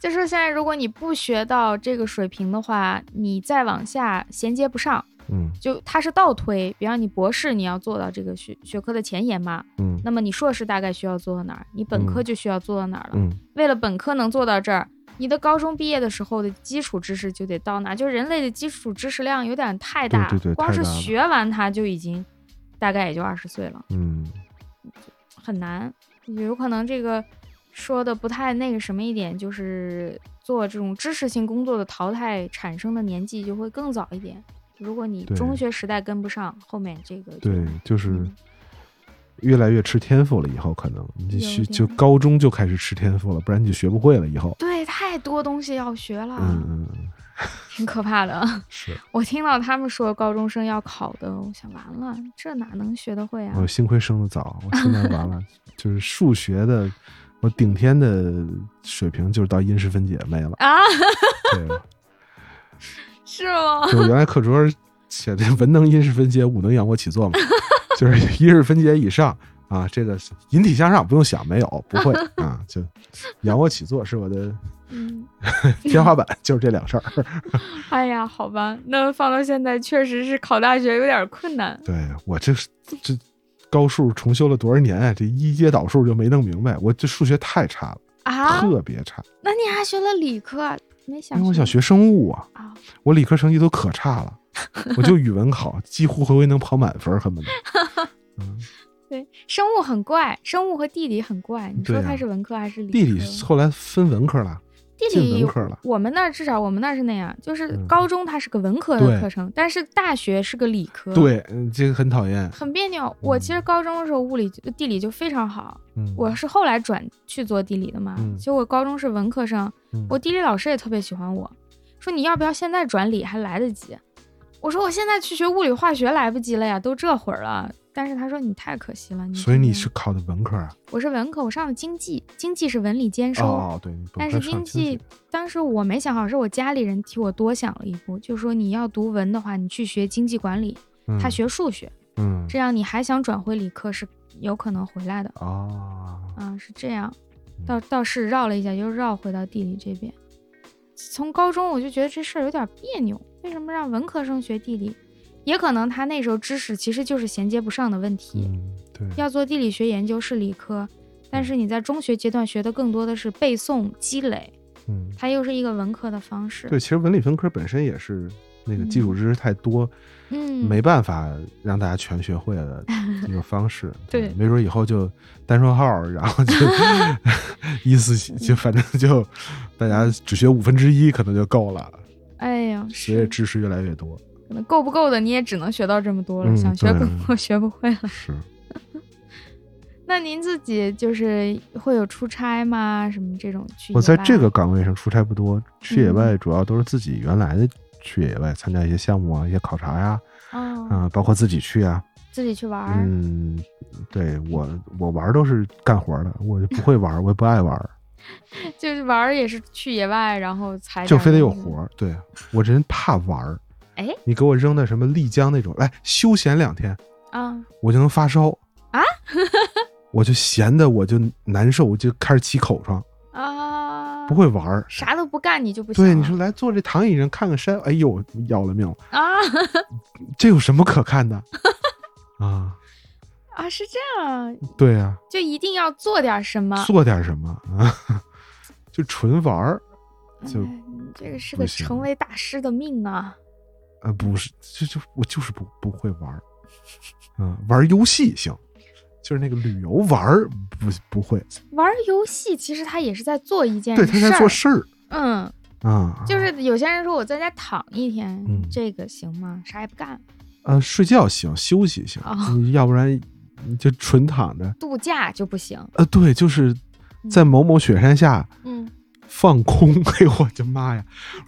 就是现在，如果你不学到这个水平的话，你再往下衔接不上，嗯就它是倒推。比方你博士，你要做到这个学学科的前沿嘛，嗯那么你硕士大概需要做到哪儿，你本科嗯就需要做到哪儿了。嗯为了本科能做到这儿，你的高中毕业的时候的基础知识就得到哪，就是人类的基础知识量有点太大，对对对光太是大了学完它就已经大概也就二十岁了，嗯，很难。有可能这个说的不太那个什么一点，就是做这种知识性工作的淘汰产生的年纪就会更早一点。如果你对中学时代跟不上，后面这个就对，就是嗯越来越吃天赋了。以后可能你就有学点就高中就开始吃天赋了，不然你就学不会了。以后，对太多东西要学了，嗯嗯嗯，挺可怕的。 [laughs] 是。我听到他们说高中生要考的，我想完了，这哪能学得会啊？我幸亏生的早，我现在完了，就是数学的，我顶天的水平就是到因式分解没了。 [laughs] 啊， [laughs] 对，是哦吗？ [laughs] 就原来课桌写的文能因式分解，武能仰卧起 [laughs] 坐嘛，就是一式分解以上啊，这个引体向上不用想，没有 [laughs] 不会啊，就仰卧起坐是我的嗯，天花板，就是这两事儿。 [laughs] 哎呀，好吧，那放到现在确实是考大学有点困难。对我这是这高数重修了多少年啊，这一阶导数就没弄明白，我这数学太差了，啊，特别差，那你还学了理科？没想因哎为我想学生物啊。啊？我理科成绩都可 [laughs] 差了，我就语文考，几乎回回能跑满分儿，恨不 [laughs] 得。嗯，对，生物很怪，生物和地理很怪。你说对啊它是文科还是理科？地理后来分文科了，地进理文科了。我们那儿至少我们那儿是那样，就是嗯高中它是个文科对的课程，但是大学是个理科。。对，嗯这个很讨厌。很别扭。我其实高中的时候物理就地理就非常好，嗯，我是后来转去做地理的嘛。嗯其实我高中是文科生，嗯我地理老师也特别喜欢我，说你要不要现在转理还来得及。我说我现在去学物理化学来不及了呀，都这会儿了。但是他说你太可惜了，你所以你这是个考的文科啊？我是文科，我上的经济，经济是文理兼收。哦，对，你本但科是经上济济，当时我没想好，是我家里人替我多想了一步，就说你要读文的话，你去学经济管理，嗯他学数学，嗯这样你还想转回理科是有可能回来的哦，啊，是这样。嗯倒倒是绕了一下，又绕回到地理这边。从高中我就觉得这事儿有点别扭，为什么让文科生学地理？也可能他那时候知识其实就是衔接不上的问题。嗯，对，要做地理学研究是理科，但是你在中学阶段学的更多的是背诵积累，嗯，它又是一个文科的方式。对，其实文理分科本身也是那个基础知识太多，嗯，没办法让大家全学 [laughs] 会的一个方式。对没准以后就单双号，[laughs] 然后就 [laughs] 意思就反正就大家只学五分之一可能就够了，哎呀，随着是知识越来越 [laughs] 多。可能够不够的，你也只能学到这么多了，嗯想学对更多 [laughs] 学不会了。是，那您自己就是会有出差吗？什么这种去？我在这个岗位上出差不多，去野嗯外主要都是自己原来的去野外参加一些项目啊、一些考察呀、哦，啊，包括自己去啊。自己去玩儿。嗯，对我我玩儿都是干活儿的，我就不会玩儿，我也不爱玩儿。就是玩儿 [laughs] 也是去野外，然后采点就儿非得有东西活儿。对我这人怕玩儿，哎，你给我扔到什么丽江那种，来休闲两天，啊，我就能发烧啊， [laughs] 我就闲的我就难受，我就开始起口疮，啊，不会玩儿。啥都不干，你就不行了。对，你说来坐这躺椅上看看山，哎呦，要了命了，啊 [laughs] 这有什么可看的啊？啊，是这样，对啊，就一定要做点什么。做点什么啊？ [laughs] 就纯玩儿，就哎你这个是不个行成为大师的命啊！呃，不是，就就我就是不不会玩儿，嗯，玩儿游戏行，就是那个旅游玩儿不不会，玩游戏其实他也是在做一件事对，儿，他在做事儿嗯，啊，就是有些人说我在家躺一天，嗯这个行吗？啥也不干，呃，睡觉行，休息行，哦你要不然你就纯躺着。度假就不行。呃，对，就是在某某雪山下嗯，放空。 [laughs] 哎呦，我的妈呀！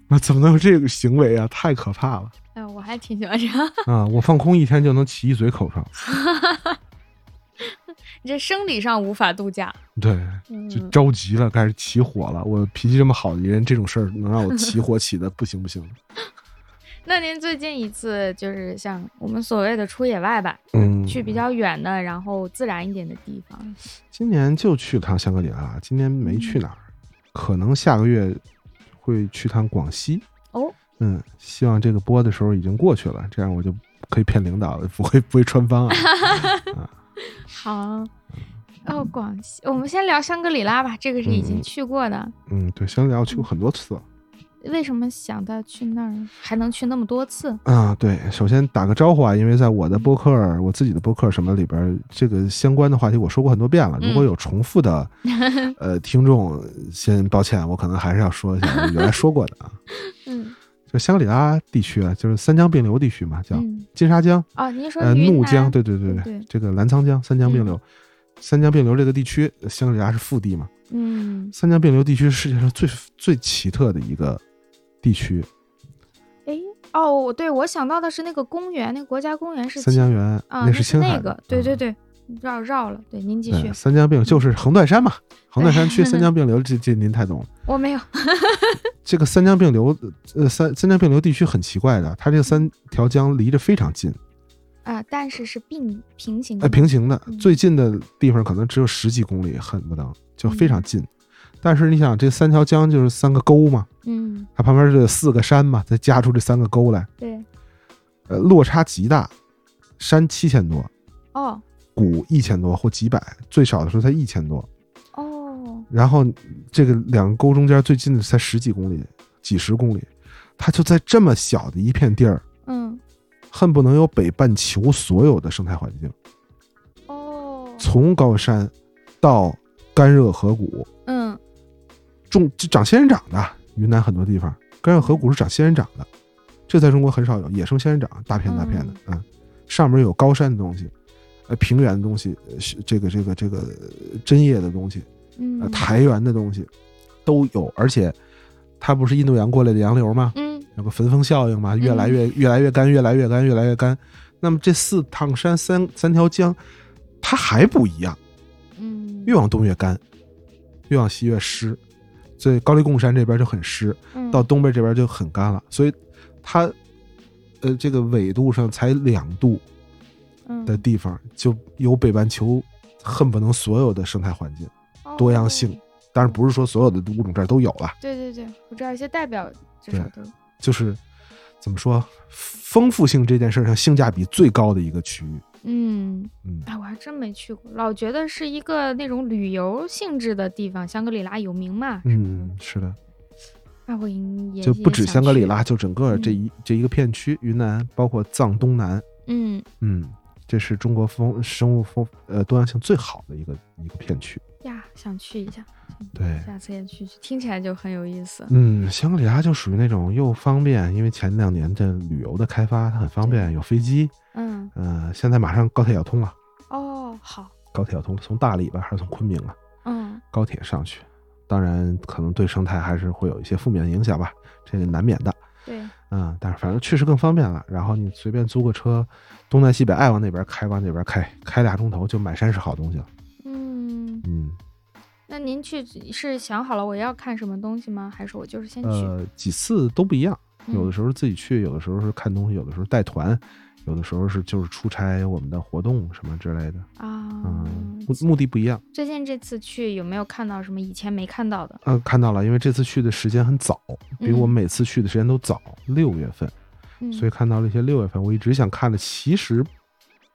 那怎么能有这个行为啊？太可怕了哎，我还挺喜欢这样。 [laughs] 啊！我放空一天就能起一嘴口哨，你这生理上无法度假，对，嗯就着急了，开始起火了。我脾气这么好的人，这种事儿能让我起 [laughs] 火起的不行不行。嗯那您最近一次就是像我们所谓的出野外吧，嗯，去比较远的，然后自然一点的地方。今年就去趟香格里拉，今年没嗯去哪儿，可能下个月会去趟广西。哦，嗯，希望这个播的时候已经过去了，这样我就可以骗领导了，不会不会穿帮 [laughs] 啊。好，嗯哦，广西，我们先聊香格里拉吧，这个是已经嗯去过的。嗯，对，香格里拉我去过很多次了为什么想到去那儿，还能去那么多次？啊。对，首先打个招呼啊，因为在我的播客、我自己的播客什么里边，这个相关的话题我说过很多遍了。嗯如果有重 [laughs] 复的，呃，听众先抱歉，我可能还是要说一下我原来说过的啊。 [laughs] 嗯就香格里拉地区啊，就是三江并流地区嘛，叫嗯，金沙江、哦，您说呃云怒南江，对对对对嗯对这个澜沧江三江并流。三江并流这个地区，香格里拉是腹地嘛，嗯，三江并流地区是世界上最最奇特的一个地区，哎，哦，我对我想到的是那个公园，那个国家公园是三江源、啊，那那是青海那的，个，对对嗯对，绕绕了，对，您继续嗯对，，三江并就是横断山嘛，横断山区三江并流，这这您太懂了。我没有，这个三江并流，呃，三三江并流地区很奇怪的，它这三条江离着非常近，啊，但是是并平行的呃，吗，平行的嗯，最近的地方可能只有十几公里，恨不得就非嗯常近。但是你想，这三条江就是三个沟嘛，嗯，它旁边是有四个山嘛，再加出这三个沟来，对，呃，落差极大，山七千多，哦谷一千多或几百，最少的时候才一千多。哦，然后这个两个沟中间最近的才十几公里、几十公里，它就在这么小的一片地儿，嗯恨不能有北半球所有的生态环境，哦，从高山到干热河谷，嗯种就长仙人掌的，云南很多地方干热河谷是长仙人掌的，这在中国很少有野生仙人掌，大片大片的，嗯，上面有高山的东西，呃，平原的东西，呃是这个这个这个呃针叶的东西，呃，嗯，苔原的东西都有，而且它不是印度洋过来的洋流吗？嗯有个焚风效应嘛，越来越越来越干，越来越干，越来越干。那么这四趟山三三条江，它还不一样，嗯，越往东越干，越往西越湿。所以高黎贡山这边就很湿，嗯到东边这边就很干了。所以它，呃，这个纬度上才两度嗯的地方，就有北半球恨不能所有的生态环境。多样性哦当然不是说所有的物种这儿都有了，对对对，我知道一些代表至对少都就是怎么说，丰富性这件事儿上性价比最高的一个区域。嗯，嗯，哎，我还真没去过，老觉得是一个那种旅游性质的地方，香格里拉有名嘛，是嗯，是的，那我应也就不止香格里，拉，也就整个这一、这一个片区，云南包括藏东南，想去嗯，嗯，这是中国丰生物丰呃多样性最好的一个一个片区。呀，想去一下，对，下次也去去，听起来就很有意思。嗯，香格里拉就属于那种又方便，因为前两年的旅游的开发它很方便，有飞机，嗯，呃，现在马上高铁要通了，哦，好，高铁要通，从大理吧还是从昆明啊？嗯高铁上去，当然可能对生态还是会有一些负面的影响吧，这个难免的。对，嗯，但是反正确实更方便了。然后你随便租个车，东南西北爱往哪边开往哪边开，开俩钟头就满山是好东西了。嗯，嗯，那您去是想好了我要看什么东西吗？还是我就是先去？呃，几次都不一样，有的嗯时候自己去，有的时候是看东西，有的时候带团，有的时候是就是出差我们的活动什么之类的。啊嗯，，目目的不一样。最近这次去有没有看到什么以前没看到的？呃，看到了，因为这次去的时间很早，比我嗯每次去的时间都早，六月份。嗯，所以看到了一些六月份我一直想看的，其实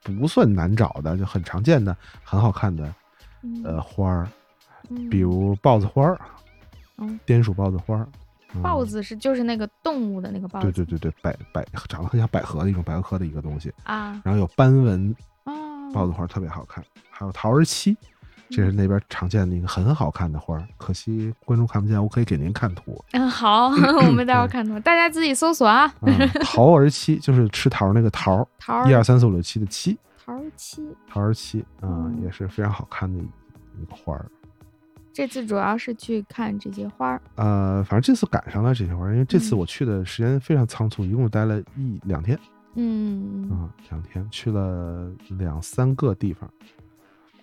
不算难找的，就很常见的、很好看的呃花儿，嗯，比如豹子花儿，嗯，滇属豹子花儿，嗯豹，子是就是那个动物的那个豹子，对对对对，百百长得很像百合的一种百合科的一个东西，啊然后有斑纹，啊，豹子花特别好看，还有桃儿七，这是那边常见的一个很好看的花儿，可惜观众看不见，我可以给您看图。嗯， [clears throat] 好，我们待会儿看图，大家自己搜索啊。 [laughs] 嗯，桃儿七就是吃桃儿那个桃儿，桃一儿二三四五六七的七，桃儿七，桃儿七啊、嗯也是非常好看的一个花儿。这次主要是去看这些花儿。呃，反正这次赶上了这些花儿，因为这次嗯我去的时间非常仓促，一共待了一两天啊、嗯，两天去了两三个地方，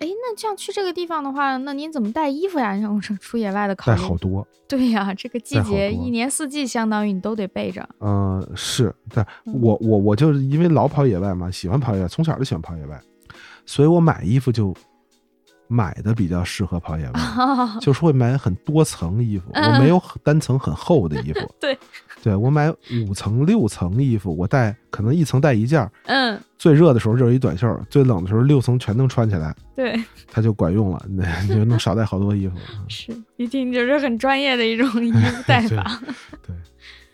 哎，那这样去这个地方的话，那您怎么带衣服呀？让我说出野外的考带虑。好多。对呀、这个季带好节多一年四季，相当于你都得备着。嗯，是，但嗯，我我我就是因为老跑野外嘛，喜欢跑野外，从小就喜欢跑野外，所以我买衣服就买的比较适合跑野外啊，，就是会买很多层衣服，我没有很单层很厚的衣服嗯 [laughs] 对，对我买五层六层衣服，我带可能一层带一件儿， [laughs] 嗯，最热的时候就是一短袖儿，最冷的时候六层全能穿起来，对，它就管用了， [laughs] [laughs] 那你就能少带好多衣服，是一听就是很专业的一种衣服带法。哎对，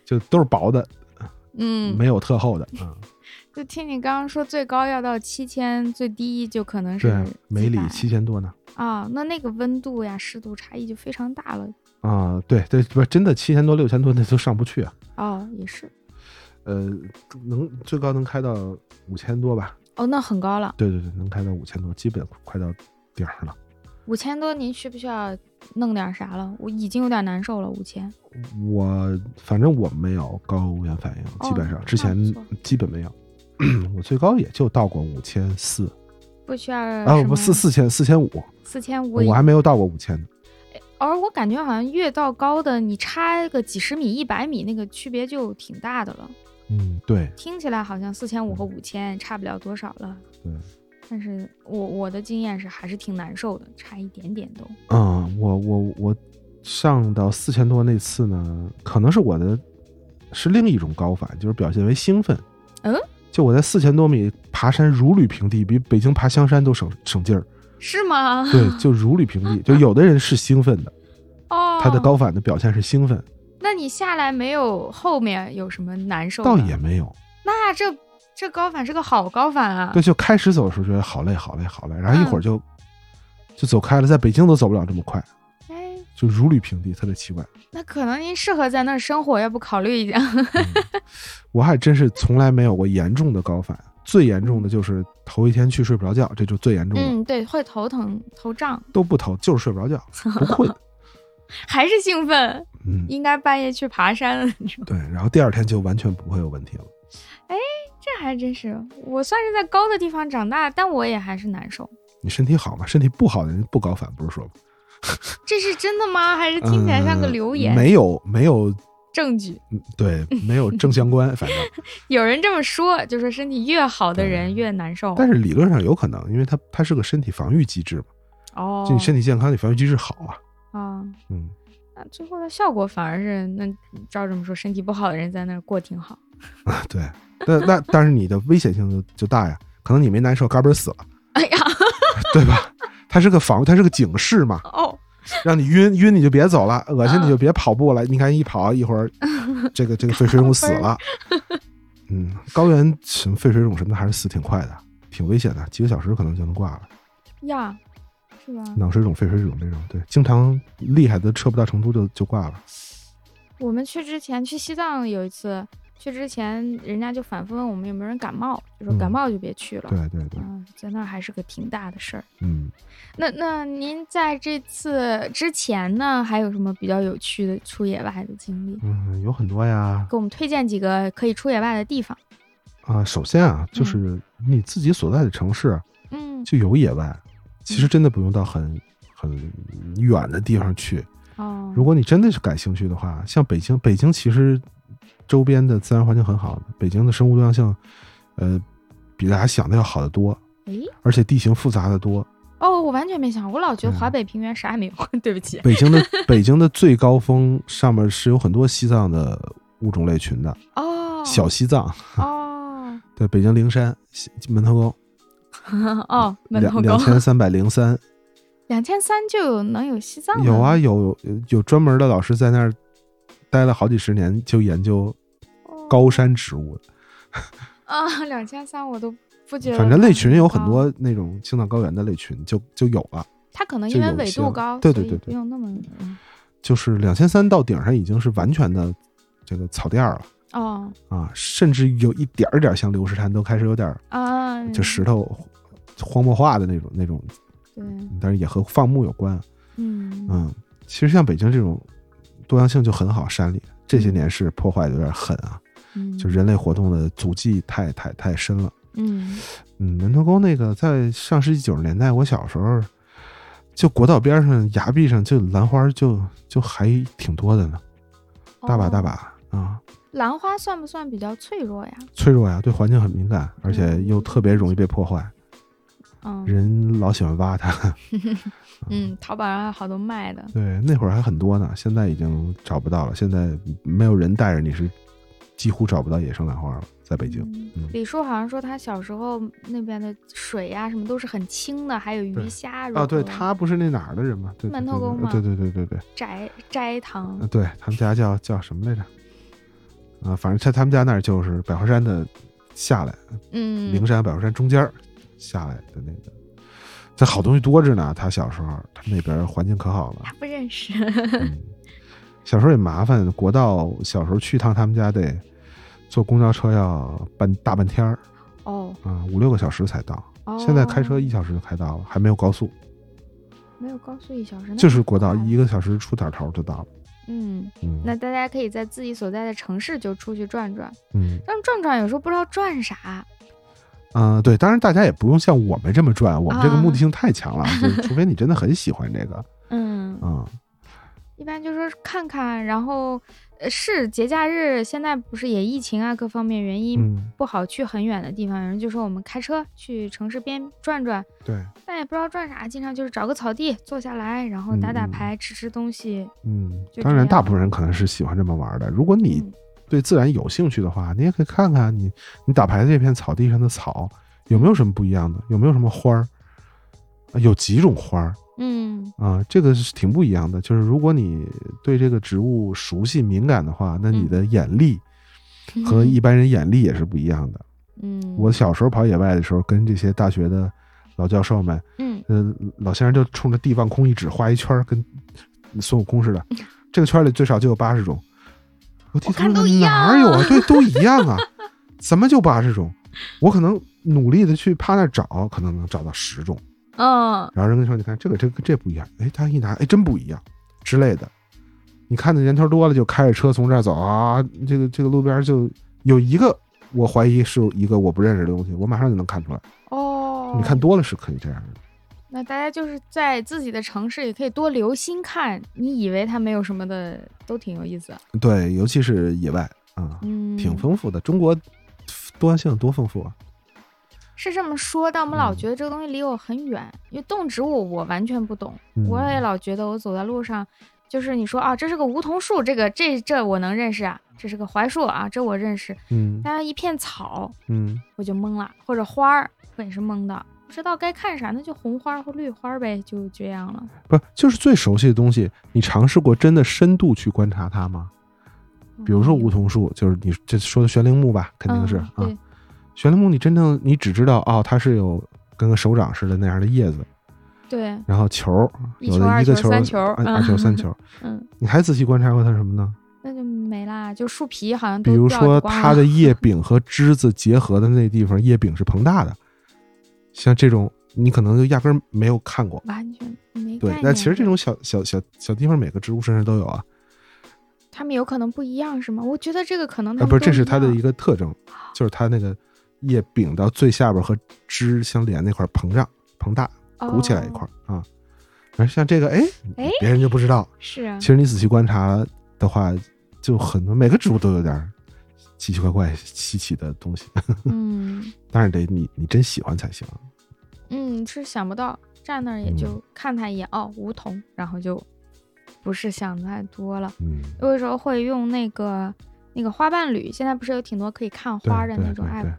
就都是薄的，嗯，没有特厚的，嗯。就听你刚刚说最高要到七千，最低就可能是对，啊每里700七千多呢。啊，那那个温度呀、湿度差异就非常大了。啊、对对，不是真的七千多、六千多，那都上不去啊。哦，也是，呃，能最高能开到五千多吧？哦，那很高了，对对对，能开到五千多，基本快到顶儿了。五千多，您需不需要弄点啥了？我已经有点难受了，五千。我反正我没有高原反应，基本上、哦那之前不错基本没有。 [clears throat] 我最高也就到过五千四不需要啊，什不么四四千四千五，四千五，我还没有到过五千呢。而我感觉好像越到高的，你差个几十米、一百米，那个区别就挺大的了。嗯，对，听起来好像四千五和五千差不了多少了，对，但是我我的经验是还是挺难受的，差一点点都。嗯，我我我上到四千多那次呢，可能是我的是另一种高反，就是表现为兴奋。嗯，就我在四千多米爬山如履平地，比北京爬香山都省 [gasps] 省劲儿。是吗？对，就如履平 [laughs] 地。就有的人是兴奋的，哦，他的。高反的表现是兴奋，那你下来没有后面有什么难受的？倒也没有。那这这高反是个好高反啊！嗯对，就开始走的时候觉得好累，好累，好累，然后一会儿就、就走开了，在北京都走不了这么快，哎，就如履平地，特别奇怪。那可能您适合在那儿生活，要不考虑一下？嗯 [laughs] 我还真是从来没有过严重的高反，最严重的就是头一天去睡不着觉，这就最严重的，嗯，对，会头疼、头胀，都不头就是睡不着觉，不困。 [laughs] 还是兴奋，嗯， [laughs] 应该半夜去爬山的那种。对，然后第二天就完全不会有问题了。这还真是，我算是在高的地方长大，但我也还是难受。你身体好吗？身体不好的人不高反，不是说吗？这是真的吗？还是听起来像个嗯流言、没有没有，证据？嗯对，没有正 [laughs] 相关，反正，有人这么说，就说身体越好的人对越难受。嗯但是理论上有可能，因为它它是个身体防御机制嘛，哦，就你身体健康，你防御机制好啊。啊，嗯， [laughs] 那最后的效果反而是，那照这么说，身体不好的人在那儿过挺好。啊对，那那但是你的危险性就就大呀，可能你没难受，嘎嘣儿死了，哎呀，对吧？它是个防，它是个警示嘛，哦，让你晕晕你就别走了，恶心你就嗯别跑步了。你看一跑一 [laughs] 会儿，这个这个肺水肿死了。 [laughs] 嗯，高原什么肺水肿什么的还是死挺快的，挺危险的，几个小时可能就能挂了。呀，是吧？脑水肿、肺水肿这种，对，经常厉害的撤不到成都就就挂了。我们去之前去西藏有一次，去之前人家就反复问我们有没有人感冒，就说嗯感冒就别去了。对对对，嗯，在那儿还是个挺大的事儿。嗯，那那您在这次之前呢，还有什么比较有趣的出野外的经历？嗯，有很多呀。给我们推荐几个可以出野外的地方。啊，首先啊，就是你自己所在的城市嗯，就有野外，其实真的不用到很很远的地方去，哦，如果你真的是感兴趣的话，像北京，北京其实周边的自然环境很好的，北京的生物多样性，呃，比大家想的要好得多，诶，而且地形复杂的多。哦，我完全没想过，我老觉得对啊华北平原啥也没有。 [laughs] 对不起，北京的北京的最高峰上面是有很多西藏的物种类群的，哦，小西藏， [laughs] 哦对，北京灵山、西门头沟，哦，门头两沟两千三百零三，两千三就有能有西藏有啊，了，有有有专门的老师在那儿待了好几十年，就研究哦高山植物的。啊，两千三我都不觉得反正类群它有高很，多那种青藏高原的类群就就有了，它可能就因为有纬些度高，对所对以对对不用那么嗯就是两千三到顶上已经是完全的这个草甸儿了哦啊，甚至有一点儿点儿像流石滩，都开始有点儿啊，就石头荒漠化的那种那种，对，但是也和放牧有关。嗯嗯，其实像北京这种多样性就很好，山里这些年是破坏的有点狠啊，嗯，就人类活动的足迹太太太深了。嗯嗯，门头沟那个在上世纪九十年代，我小时候就国道边上崖壁上就兰花就就还挺多的呢，大把哦大把啊、兰花算不算比较脆弱呀？脆弱呀，对环境很敏感，而且又特别容易被破坏，嗯 [laughs] 人老喜欢挖它。 [laughs] 啊嗯，淘宝上还有好多卖的，对，那会儿还很多呢，现在已经找不到了，现在没有人带着你是几乎找不到野生兰花了，在北京。嗯嗯李叔好像说他小时候那边的水呀、什么都是很清的，还有鱼对虾。啊，对他不是那哪儿的人吗？对，对门头沟对吗对对对对对，斋斋堂啊，对他们家叫叫什么来着？啊，反正在他们家那儿就是百花山的下来，嗯，灵山百花山中间儿下来的那个，这好东西多着呢。他小时候，他们那边儿环境可好了。他不认 [laughs] 识。嗯，小时候也麻烦，国道小时候去一趟他们家得坐公交车要半大半天儿哦，啊，五六个小时才到。哦现在开车一小时就开到了，还没有高速，没有高速一小时，那就是国道很快了一个小时出点头就到了。嗯，嗯，那大家可以在自己所在的城市就出去转转，嗯但转转有时候不知道转啥。啊、对，当然大家也不用像我们这么转，我们这个啊目的性太强了，就是除非你真的很喜欢这个嗯，啊、一般就是看看，然后呃是节假日，现在不是也疫情啊，各方面原因嗯，不好去很远的地方，有人就说我们开车去城市边转转，对，但也不知道转啥，经常就是找个草地坐下来，然后打打嗯嗯牌，吃吃东西。嗯，就当这然大样部分人可能是喜欢这么玩的。如果你嗯对自然有兴趣的话，你也可以看看你你打牌的这片草地上的草有没有什么不一样的，有没有什么花儿，啊有几种花儿嗯啊，这个是挺不一样的。就是如果你对这个植物熟悉敏感的话，那你嗯的眼力和一般人眼力也是不一样的。嗯，我小时候跑野外的时候，跟这些大学的老教授们，嗯呃，老先生就冲着地望空一指，画一圈儿，跟孙悟空似的。这个圈里最少就有八十种。我地我看都图上一样哪儿有啊？对，都一样啊。怎么就八十种？我可能努力的去趴那儿找，可能能找到十种。嗯然后人跟你说，你看这个这个这不一样，哎，他一拿，哎，真不一样之类的。你看的年头多了，就开着车从这儿走啊，这个这个路边就有一个，我怀疑是有一个我不认识的东西，我马上就能看出来。哦，你看多了是可以这样的，那大家就是在自己的城市也可以多留心看，你以为它没有什么的，都挺有意思的。对，尤其是野外啊，嗯，挺丰富的。中国多样性多丰富啊！是这么说，但我们老嗯觉得这个东西离我很远，因为动植物我完全不懂，我也嗯老觉得我走在路上，就是你说啊，这是个梧桐树，这个这这我能认识啊，这是个槐树啊，这我认识，嗯但是一片草嗯，我就懵了，或者花儿我也是懵的，不知道该看啥，那就红花儿或绿花儿呗，就这样了。不就是最熟悉的东西，你尝试过真的深度去观察它吗？嗯比如说梧桐树，就是你这说的悬铃木吧，肯定是啊嗯、。对，悬铃木，你真正你只知道哦，它是有跟个手掌似的那样的叶子，对，然后球儿，一有球的二一个球三球儿啊 [laughs] 嗯二球三球儿，嗯，你还仔细观察过它什么呢？那就没啦，就树皮好像比都如掉光说它的了叶柄和枝子结合的那地方，叶柄是膨大的，像这种你可能就压根儿没有看过。完全没对概，但其实念这种小小小小地方，每个植物身上都有啊，他们有可能不一样是吗？我觉得这个可能他啊，们不是，都这是一它的样一个特征，就是它那个叶柄到最下边和枝相连那块儿膨胀、膨大、鼓起来一块哦儿、啊。而像这个，哎，哎别人就不知道。是啊 [laughs] 其，实你仔细观察的话，就很多每个植物都有点儿奇奇怪怪、稀奇的东西，嗯当然得你你真喜欢才行。啊嗯，是想不到，站那儿也嗯就看他一眼，哦，梧桐，然后就不是想太多了。嗯，有的时候会用那个那个花瓣侣，现在不是有挺多可以看对花的对那种对 app，对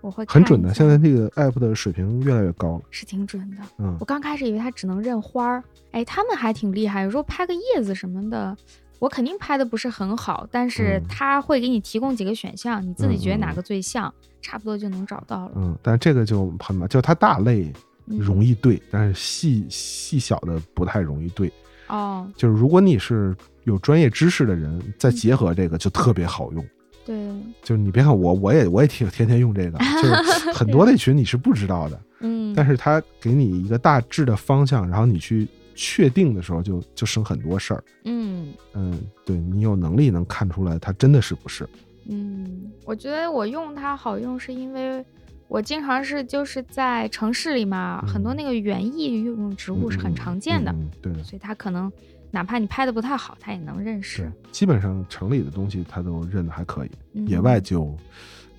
我会很看准一的。下现在这个 app 的水平越来越高了。是挺准的。嗯我刚开始以为它只能认花儿，哎，他们还挺厉害，有时候拍个叶子什么的，我肯定拍的不是很好，但是嗯他会给你提供几个选项，你自己觉得嗯嗯哪嗯个最像，差不多就能找到了。嗯，但这个就很麻，就它大类嗯容易对，但是细细小的不太容易对。哦，就是如果你是有专业知识的人，再嗯结合这个就特别好用。对，就是你别看我，我也我也挺天天 [laughs] 用这个，就是很多类群你是不知道的，嗯，但是它给你一个大致的方向，然后你去确定的时候就就省很多事儿。嗯嗯，对你有能力能看出来它真的是不是。嗯，我觉得我用它好用是因为。我经常是就是在城市里嘛，很多嗯那个园艺用植物是很嗯常见的，嗯嗯对的。所以它可能哪怕你拍的不太好，它也能认识是。，基本上城里的东西它都认得还可以，嗯野外就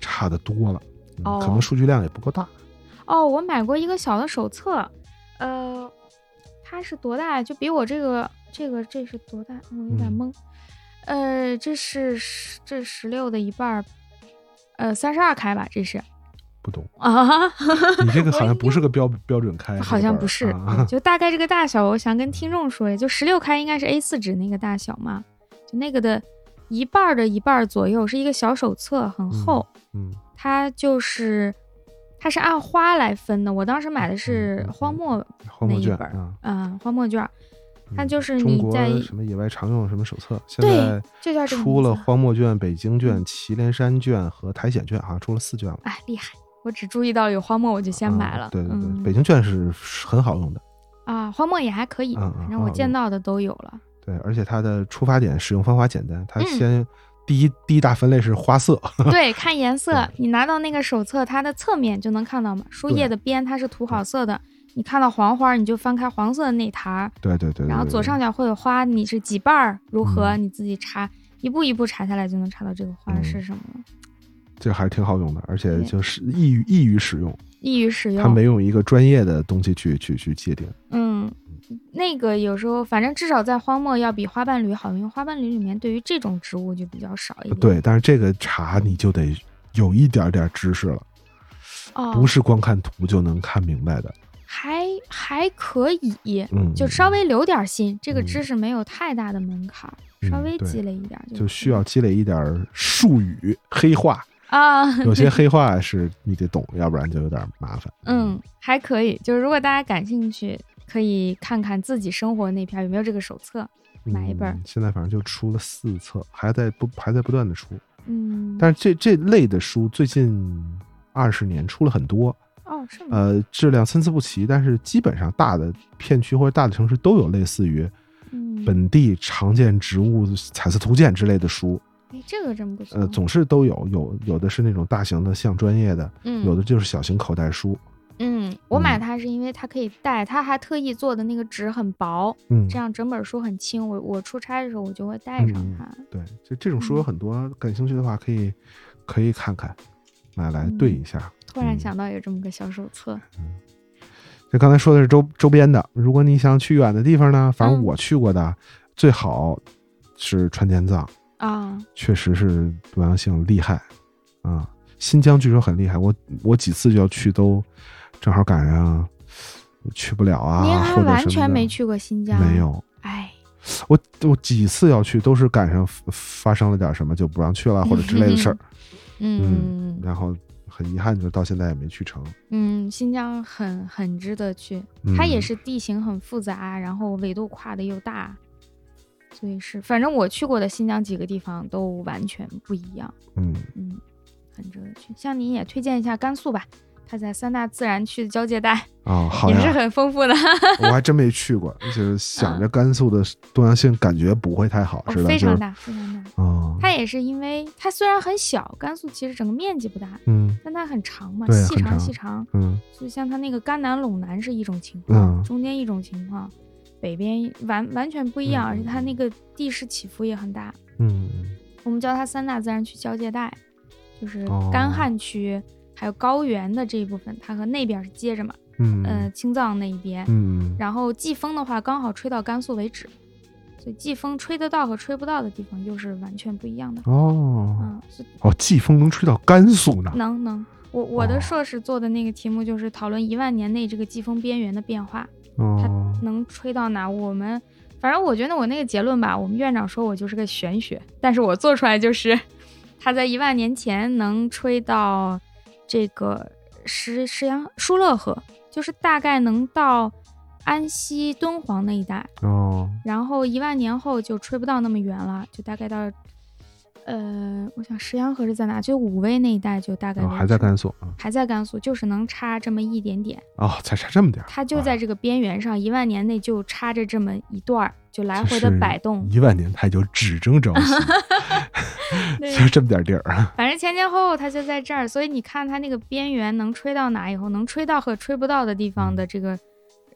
差的多了、嗯哦可能数据量也不够大。哦，我买过一个小的手册，呃，它是多大呀？就比我这个这个这是多大？我有点嗯懵。呃，这是十这十六的一半儿，呃，三十二开吧，这是不懂，啊，你这 [laughs] 个好像不是个标标准开，好像不是，啊、 [laughs] 就大概这个大小。我想跟听众说一下，就十六开应该是 A 四纸那个大小嘛，就那个的一半儿的一半儿左右，是一个小手册，很厚。嗯，它就是它是按花来分的。我当时买的嗯是嗯嗯荒漠，荒漠那一卷本儿啊，嗯，荒漠卷儿，它嗯就是中你国在什么野外常用什么手册，现对在，就叫这个出名了字嗯荒漠卷、北京卷、祁连山卷和苔藓卷，好像出了四卷了。哎，厉害！我只注意到有荒漠，我就先啊买了。对对对，嗯北京卷是很好用的，啊，荒漠也还可以，嗯嗯反正我嗯见嗯到的都有 [laughs] 了。对，而且它的出发点、使用方法简单，它嗯先、第一第一大分类是花色，对，看颜色，你拿到那个手册，它的侧面就能看到嘛。树叶对的边它是涂好色的，你看到黄花儿，你就翻开黄色的那沓儿，对对对对然后对左对上角会有花，你是几瓣儿，如何你自己查，一步一步查下来就能查到这个花嗯是什么了。这还是挺好用的，而且对就是易于易于使用，易于使用。它没有一个专业的东西去去去界定。嗯，那个有时候，反正至少在荒漠要比花瓣驴好，因为花瓣驴里面对于这种植物就比较少一点。，对，但是这个茶你就得有一点点知识了，哦，不是光看图就能看明白的。还还可以，嗯，就稍微留点心，这个嗯知识没有太大的门槛儿，嗯稍微对积累一点就就可需以要积累一点术语 [laughs] 黑话，啊，有些黑话是你得懂， [laughs] 要不然就有点麻烦。嗯，还可以。就是如果大家感兴趣，可以看看自己生活那篇有没有这个手册。嗯，买一本儿现在反正就出了四册，还在不还在不断的出，嗯，但是这这类的书最近二十年出了很多，哦，是吗？呃，质量参差不齐，但是基本上大的片区或者大的城市都有类似于嗯，呃本地常见植物彩色图鉴之类的书，哎，这个真不错。呃，总是都有，有有的是那种大型的像专业的，嗯，有的就是小型口袋书，嗯，我买嗯它是因为它可以带，它还特意做的那个纸很薄，嗯这，样整本书很轻。我我出差的时候我就会带上它。对，就这种嗯书有很多，感兴趣的话可以可以看看，买来嗯对一下。突然想到有这么个小手册，就刚才说的是周周边的，如果你想去远的地方呢，反正嗯我去过的、最好是川滇藏。啊，确实是多样性厉害啊。新疆据说很厉害，我我几次就要去，都正好赶上去不了啊，您还或者完什么全的没去过新疆？没。有，哎，我我几次要去都是赶上发发生了点什么就不让去了或者之类的事儿，嗯然后很遗憾就是到现在也没去成。嗯，新疆很很值得去，嗯它也是地形很复杂，然后纬度跨的又大，所以是反正我去过的新疆几个地方都完全不一样。嗯，嗯，很值得去。像您也推荐一下甘肃吧，它在三大自然区的交界带，啊，好也是呀，很丰富的，我还真没 [laughs] 去过，就是想着甘肃的多样性感觉不会太好，哦是 [laughs] 吧？非常就是大，非常大。啊，它也是因为它虽然很小，甘肃其实整个面积不大，嗯但它很长嘛，对细很长长细长。嗯就像它那个甘南陇南是一种情况，嗯中间一种情况，北边完完全不一样，嗯而且它那个地势起伏也很大。嗯我们叫它三大自然区交界带，就是哦干旱区、还有高原的这一部分，它和那边是接着嘛，嗯呃，青藏那一边。嗯，然后季风的话，刚好吹到甘肃为止，所以季风吹得到和吹不到的地方又是完全不一样的。哦，嗯，所以哦，季风能吹到甘肃呢？能能，我我的哦硕士做的那个题目就是讨论一万年内这个季风边缘的变化，哦，能吹到哪？我们反正我觉得我那个结论吧，我们院长说我就是个玄学，但是我做出来就是，他在一万年前能吹到这个石石羊疏勒河，就是大概能到安溪敦煌那一带，哦，然后一万年后就吹不到那么远了，就大概到，呃，我想石羊河是在哪？就武威那一带，就大概然后能还在吹甘肃啊，还在甘肃，就是能差这么一点点。哦，才差这么点儿，它就在这个边缘上，一万年内就插着这么一段儿，就来就回的是摆动。一万年太久，只争朝夕， [laughs] [laughs] 对就这么点儿地儿，反正前前后后它就在这儿，所以你看它那个边缘能吹到哪以后，能吹到和吹不到的地方嗯的这个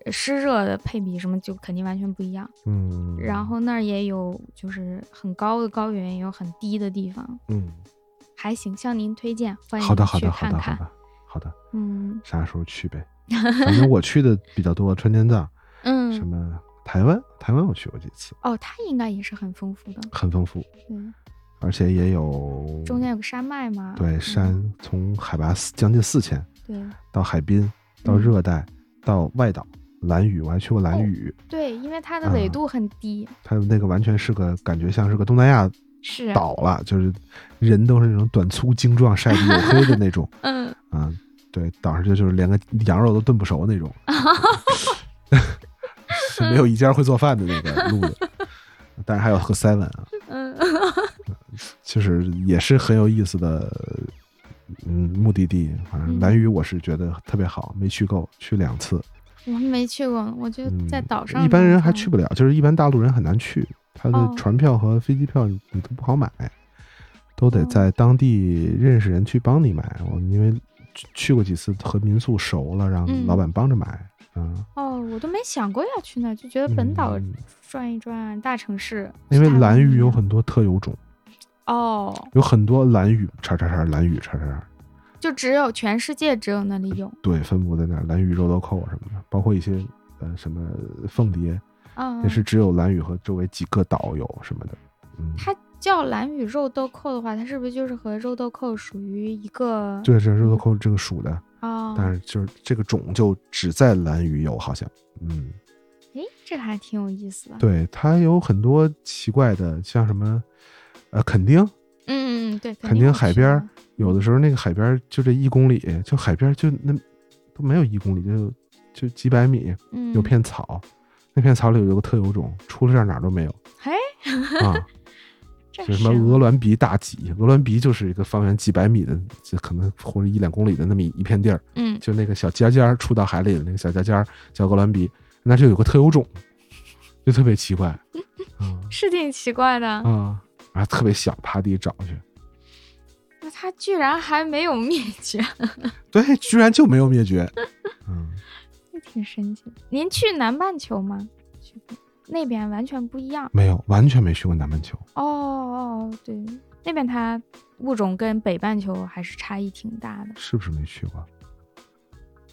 呃湿热的配比什么，就肯定完全不一样。嗯，然后那儿也有就是很高的高原，也有很低的地方，嗯，还行，向您推荐，欢迎好的，好去的，好看的，好看。的，好的，嗯啥时候去呗？反正我去的比较多，川滇藏，什嗯，么台湾，台湾我去过几次，哦，它应该也是很丰富的。很丰富，嗯，而且也有中间有个山脉嘛。对嗯山，从海拔四将近四千对到海滨，到嗯热带，到外岛，兰屿我还去过兰哦屿，对，因为它的纬啊度很低，它那个完全是个感觉像是个东南亚是啊岛了，就是人都是那种短粗精壮、晒得黝黑的那种 [laughs] 嗯，啊。对，岛上就就是连个羊肉都炖不熟 [laughs] 那种，是没有一家会做饭的那个路的。但是还有和 seven 啊， [laughs] 嗯，就是也是很有意思的，嗯，目的地。反正嗯兰屿我是觉得特别好，没去够，去两次。我们没去过，我就嗯，在岛上、一般人还去，不了，就是一般大陆人很难去，他的哦船票和飞机票你你都不好买，都得哦在当地认识人去帮你买。我因为去去过几次和民宿熟了，让嗯老板帮着买。嗯，哦，我都没想过要去那，就觉得本岛嗯转一转，大城市。因为去台湾兰屿有那样很多特有种，哦，有很多兰屿叉叉叉兰屿叉叉叉，就只有全世界只有那里有，对，分布在那儿兰屿肉豆蔻什么的，包括一些呃什么凤蝶，嗯，也是只有兰屿和周围几个岛有什么的。嗯，它叫蓝屿肉豆蔻的话，它是不是就是和肉豆蔻属于一个？这是肉豆蔻这个属的。哦，但是就是这个种就只在兰屿有，好像，嗯，诶，这个还挺有意思的。对，它有很多奇怪的，像什么，呃，垦丁，嗯，嗯，嗯对，肯定有海去边儿的有的时候那个海边儿就这一公里，就海边儿就那都没有一公里，就就几百米，嗯，有片草，那片草里有个特有种，除了这儿哪儿都没有嘿，啊，这就是什么啊鹅銮鼻大脊，鹅銮鼻就是一个方圆几百米的，就可能或者一两公里的那么一一片地儿，嗯，就那个小尖尖儿触到海里的那个小尖尖儿叫鹅銮鼻，那就有个特有种，就特别奇 [laughs] 怪，啊是挺奇怪的。啊，然后特别想趴地找去，那它居然还没有灭绝，对，居然就没有灭绝，嗯，这挺神奇的。您去南半球吗？去过那边完全不一样。没有，完全没去过南半球，哦哦，对，那边它物种跟北半球还是差异挺大的是不是没去过？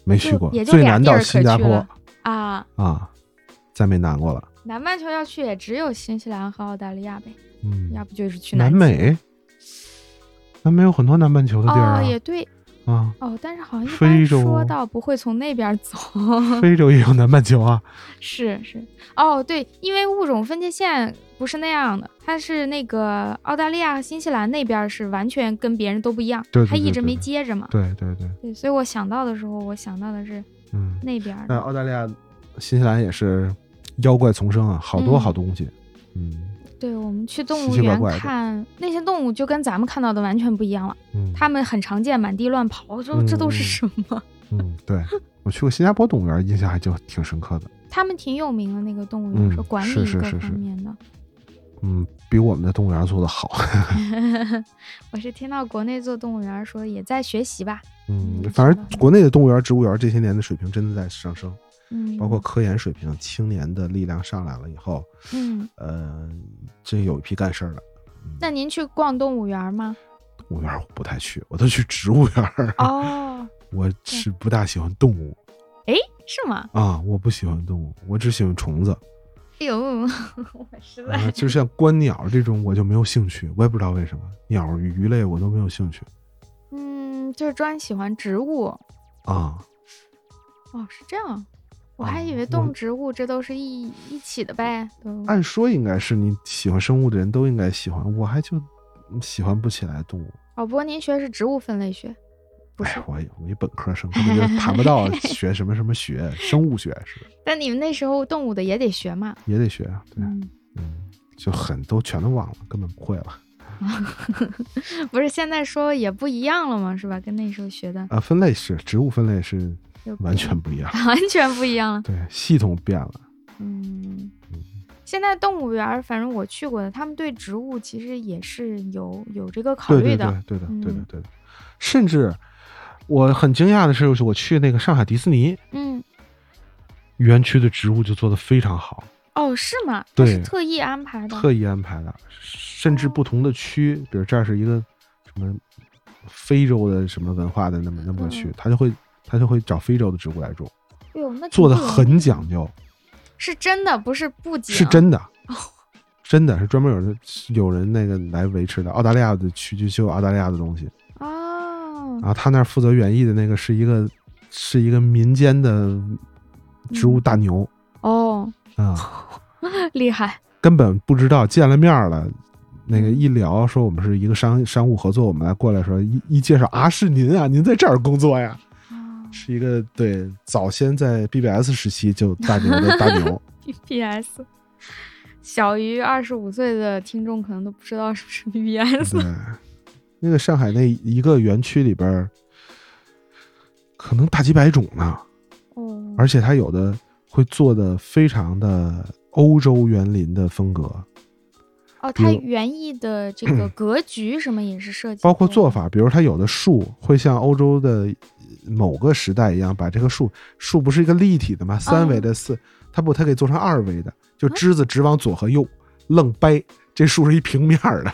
没去就过也，就最俩难地到儿新可加去坡了啊。啊，再没难过了，南半球要去也只有新西兰和澳大利亚呗，嗯，要不就是去南极美，南美有很多南半球的地哦，儿也对啊， [laughs] 啊，哦，但是好像一非般洲说到不会从那边走， [laughs] 非洲也有南半球啊，是是哦，对，因为物种分界线不是那样的，它是那个澳大利亚和新西兰那边是完全跟别人都不一样，对对它一对直对没对接着嘛。对对对，对，所以我想到的时候，我想到的是嗯。那边儿那的。澳大利亚、新西兰也是妖怪丛生啊，好多嗯好东西。嗯对，我们去动奇物奇怪园怪的看那些动物，就跟咱们看到的完全不一样了。嗯，它们很常见，满地乱跑，我说这都是什么？ [laughs] 嗯，对我去过新加坡动物园，印象还就挺深刻的。它们挺有名的那个动物嗯园，说管理是是各是方是面的。 [laughs] 嗯，比我们的动物园做的好。我是听到国内做动物园说也在学习吧，嗯嗯，反是正的国内的动物园、植物园这些年的水平真的在上升，嗯，包括科研水平，青年的力量上来了以后，嗯，呃，这有一批干事儿了。那您去逛动物园 [laughs] 吗？动物园我不太去，我都去植物园儿。哦，我是不大喜欢动物是吗？啊，我不喜欢动物，我只喜欢虫子。哎呦， [laughs] 我实在 [laughs] 啊，就像观鸟这种，我就没有兴趣，我也不知道为什么，鸟儿鱼类我都没有兴趣嗯嗯，就是专喜欢植物啊。哦，是这样。我还以为动植物这都是一一起的呗，都按说应该是你喜欢生物的人都应该喜欢，我还就喜欢不起来动物。哦，不过您学的是植物分类学，不是哎，？我我一本科生根本 [laughs] 就谈不到学什么什么学，生物学是但你们那时候动物的也得学嘛。也得学啊。对，嗯，嗯，就很都全都忘了，根本不会了。不是现在说也不一样了嘛，是吧？跟那时候学的啊，分类是植物分类是又不完一全不一样，样完全不一样 [laughs] 了。对，系统变 [laughs] 了。嗯嗯，现在动物园儿，反正我去过的，他们对植物其实也是有有这个考对虑对的。对对的对的嗯对的，甚至我很惊讶的是，就是我去那个上海迪士尼嗯，园区的植物就做的非常好，哦，是吗？它是对特意安排的。特意安排的，甚至不同的区，比如这儿是一个什么非洲的什么文化的那么那么个区嗯，他就会他就会找非洲的植物来种，哎呦，那做的挺不容易很讲究，嗯是真的，不是布景，是真的。哦 [laughs] 真的是专门有人有人那个来维持的，澳大利亚的区就就有澳大利亚的东西，哦然，后他那儿负责园艺的那个是一个是一个民间的植物大牛哦， [laughs] 啊、厉害，根本不知道见了面儿了。那个一聊说我们是一个商商务合作，我们来过来说一一介绍啊是您啊，您在这儿工作呀， [laughs] 啊是一个对早先在 BBS 时期就大牛的大 [laughs] 牛， BBS，小于二十五岁的听众可能都不知道什么是 BBS。对，那个上海那一个园区里边儿可能大几百种呢，哦，而且它有的会做的非常的欧洲园林的风格，哦，比它如园艺的这个格局什么也是设计，嗯包括做，法，比如它有的树会像欧洲的呃某个时代一样，把这个树树不是一个立体的嗯吗？三维的四，它不，它给做成二维的，就枝子直往左和右愣掰，这树是一平面儿的。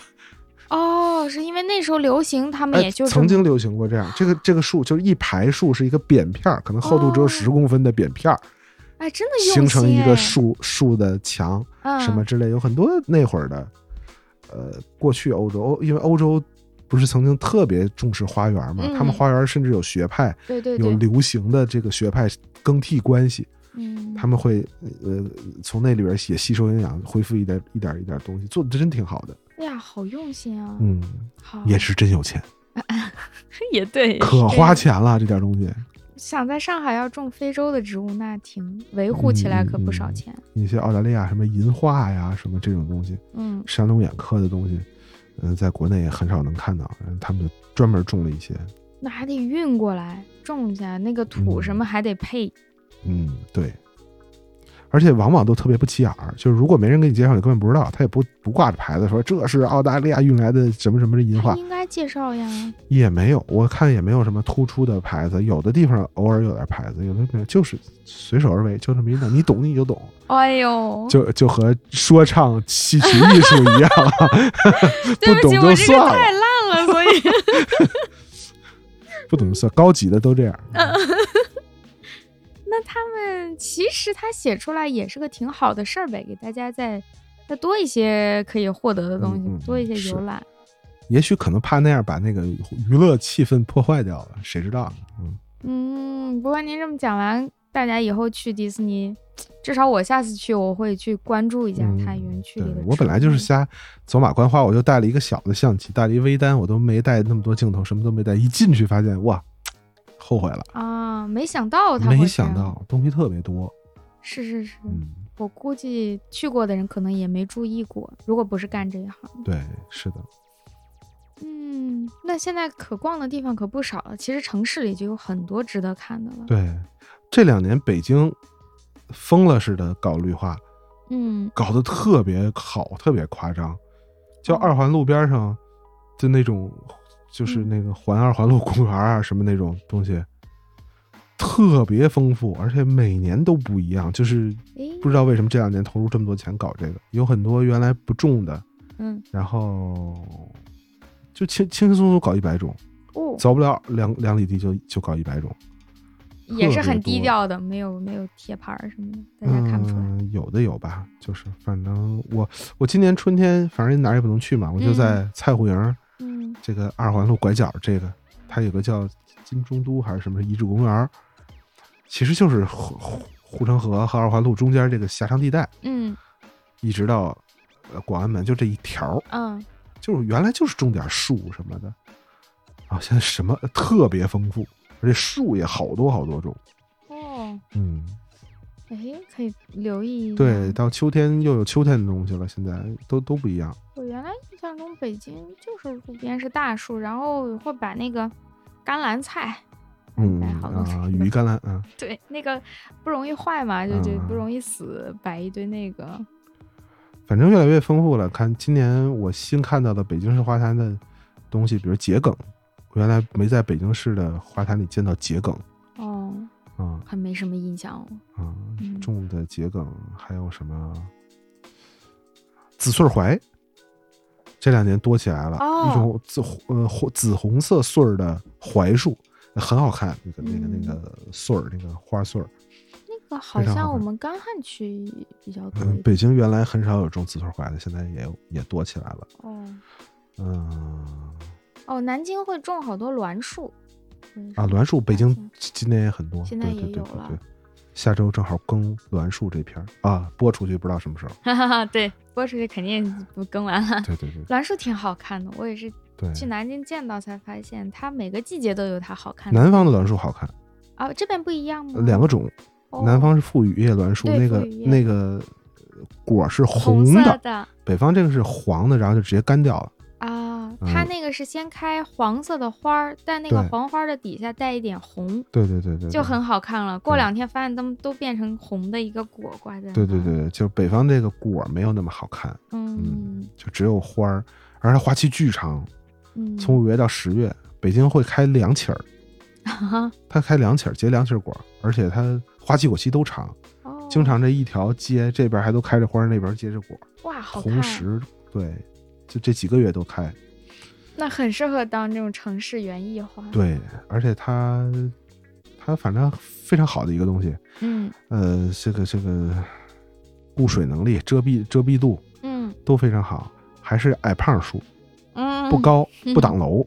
哦，是因为那时候流行，他们嗯哎也就，曾经流行过这样，这个这个树就是一排树是一个扁片儿，可能厚度只有哦十公分的扁片儿，哎，真的用形成一心个树树的墙。哎什么之类，有很多那会儿的，呃，过去欧洲，欧因为欧洲不是曾经特别重视花园嘛，嗯他们花园甚至有学派，嗯、对对有对，流行的这个学派更替关系，嗯，他们会呃从那里边也吸收营养，恢复一点一点一点东西，做的真挺好的，哎呀，好用心啊，嗯，好，也是真有钱， [laughs] 也对，可花对。钱了这点东西，哎想在上海要种非洲的植物，那挺维护起来可不嗯少钱。一些澳大利亚什么银画呀，什么这种东西，嗯，山东眼科的东西，嗯、在国内也很少能看到，呃他们就专门种了一些，那还得运过来种下，那个土嗯什么还得配。嗯，对。而且往往都特别不起眼儿，就是如果没人给你介绍，你根本不知道，他也不不挂着牌子说这是澳大利亚运来的什么什么的银他画，应该介绍呀，也没有，我看也没有什么突出的牌子，有的地方偶尔有点牌子，有的没有，就是随手而为，就这么一弄，你懂你就懂，哎呦，就就和说唱、戏曲艺术一样， [laughs] 对不懂起，就我这算个了，太烂了， [laughs] 所以不懂就算，高级的都 [laughs] 这样，嗯那他们其实他写出来也是个挺好的事儿呗，给大家再再多一些可以获得的东西，嗯嗯嗯多一些是游览。也许可能怕那样把那个娱乐气氛破坏掉了，谁知道呢？嗯，嗯，不过您这么讲完，大家以后去迪士尼，至少我下次去我会去关注一下嗯它园区对里的植物。我本来就是瞎走马观花，我就带了一个小的相机，带了一微单，我都没带那么多镜头，什么都没带。一进去发现哇，后悔了，啊，没想到它会没这想样到东西特别多。是是是，嗯，我估计去过的人可能也没注意过，如果不是干这一行。对，是的，嗯，那现在可逛的地方可不少了，其实城市里就有很多值得看的了。对。这两年北京疯了似的搞绿化，嗯，搞得特别好，特别夸张。就哦二环路边上的那种，就是嗯那个环二环路公园啊，什么那种东西，特别丰富，而且每年都不一样，就是诶，不知道为什么这两年投入这么多钱搞这个，有很多原来不种的，嗯，然后就轻轻轻松松搞一百种，哦，走不了两两里地就就搞一百种，也是特别很低多调的，没有没有贴牌儿什么的，大家看不出来。嗯，有的有吧，就是反正我我今年春天反正哪儿也不能去嘛，我就在蔡户营儿嗯，这个二环路拐角这个，它有个叫金中都还是什么遗址公园儿，其实就是环环护城河和二环路中间这个狭长地带，嗯一直到呃广安门就这一条儿，嗯就是原来就是种点树什么的，啊，现在什么特别丰富，而且树也好多好多种。哦，嗯，哎，可以留意一下。对，到秋天又有秋天的东西了，现在都都不一样。我原来印象中北京就是路边是大树，然后会把那个甘蓝菜， [laughs] 嗯哎好东西啊，羽衣甘蓝啊，对，那个不容易坏嘛，就就嗯不容易死，摆一堆那个。反正越来越丰富了。看今年我新看到的北京市花坛的东西，比如桔梗，我原来没在北京市的花坛里见到桔梗哦，啊还没什么印象哦。啊，嗯种的桔梗还有什么紫穗槐，这两年多起来了，哦一种紫红呃红紫红色穗儿的槐树，很好看，那个那个嗯那个穗儿，那个花穗儿。那个好非常好像我看们干旱区比较多嗯一，点。北京原来很少有种紫穗槐的，现在也有也多起来了。哦嗯。哦，南京会种好多栾树。啊，栾树北京今年也很多，嗯现在对对也对有对了对。下周正好更栾树这篇儿啊，播出去不知道什么时候。 [laughs] 哈哈哈，对，播出去肯定不更完了。[laughs] [laughs] 对对对栾树挺好看的，我也是去对，南京见到才发现，它每个季节都有它好看的。南方的栾树好看，啊，这边不一样吗？两个种，哦南方是富羽叶栾树，对那个富羽叶那个果是红红色的，的北方这个是黄的，然后就直接干掉了。啊，它嗯那个是先开黄色的花儿，但那个对黄花儿的底下带一点红，对对对对，对就很好看了。过对两天发现它们都变成红的一个果挂在那儿。对对对，对就是北方这个果没有那么好看，嗯就只有花儿，而且它花期巨长，嗯，从五月到十月，北京会开两起儿，啊它开两起儿结两起儿果儿，而且它花期果期都长。哦经常这一条街这边还都开着花，那边结着果，哦哇，好看啊嗯同，时对，就这几个月都开。那很适合当这种城市园艺花。，对，而且它它反正非常好的一个东西，嗯呃，这个这个固水能力、遮蔽遮蔽度嗯都非常好，还是矮胖树，嗯，不高嗯不挡楼，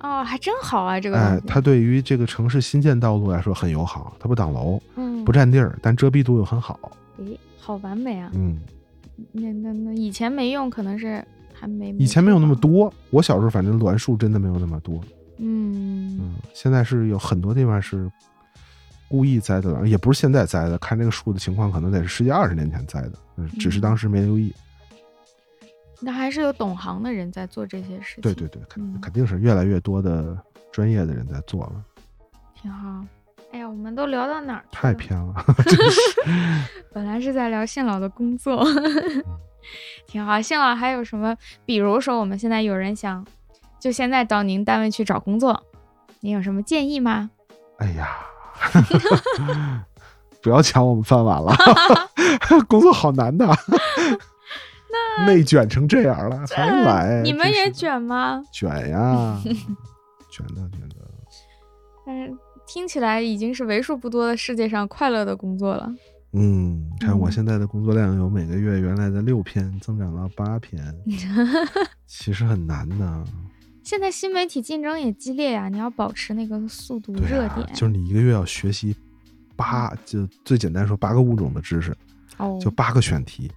哦，还真好啊，这个哎东，西。它对于这个城市新建道路来说很友好，它不挡楼，嗯，不占地儿，但遮蔽度又很好，诶，好完美啊！嗯。那那那以前没用，可能是还没以前没有那么知道，多，我小时候反正栾树真的没有那么多，嗯嗯，现在是有很多地方是故意栽的了，也不是现在栽的。看这个树的情况，可能得是十几二十年前栽的，嗯只是当时没留意。那还是有懂行的人在做这些事情，对对，对，肯嗯肯定是越来越多的专业的人在做了，挺好。哎呀，我们都聊到哪儿去太了偏了。 [laughs] 本来是在聊信老的工作，嗯 [laughs] 挺好。信老还有什么？比如说，我们现在有人想就现在到您单位去找工作，您有什么建议吗？哎呀，不要抢我们饭 [laughs] 碗了，工作好难的，内卷成这样了还来？啊 [laughs] 你们真也是卷吗？卷 [laughs] 呀，卷的卷的。但是听起来已经是为数不多的世界上快乐的工作了。嗯，看我嗯现在的工作量由每个月原来的六篇增长到八 [laughs] 篇，其实很难的。现在新媒体竞争也激烈呀、你要保持那个速度、对热啊点，就是你一个月要学习八，就最简单说八个物种的知识，哦，就八个选题。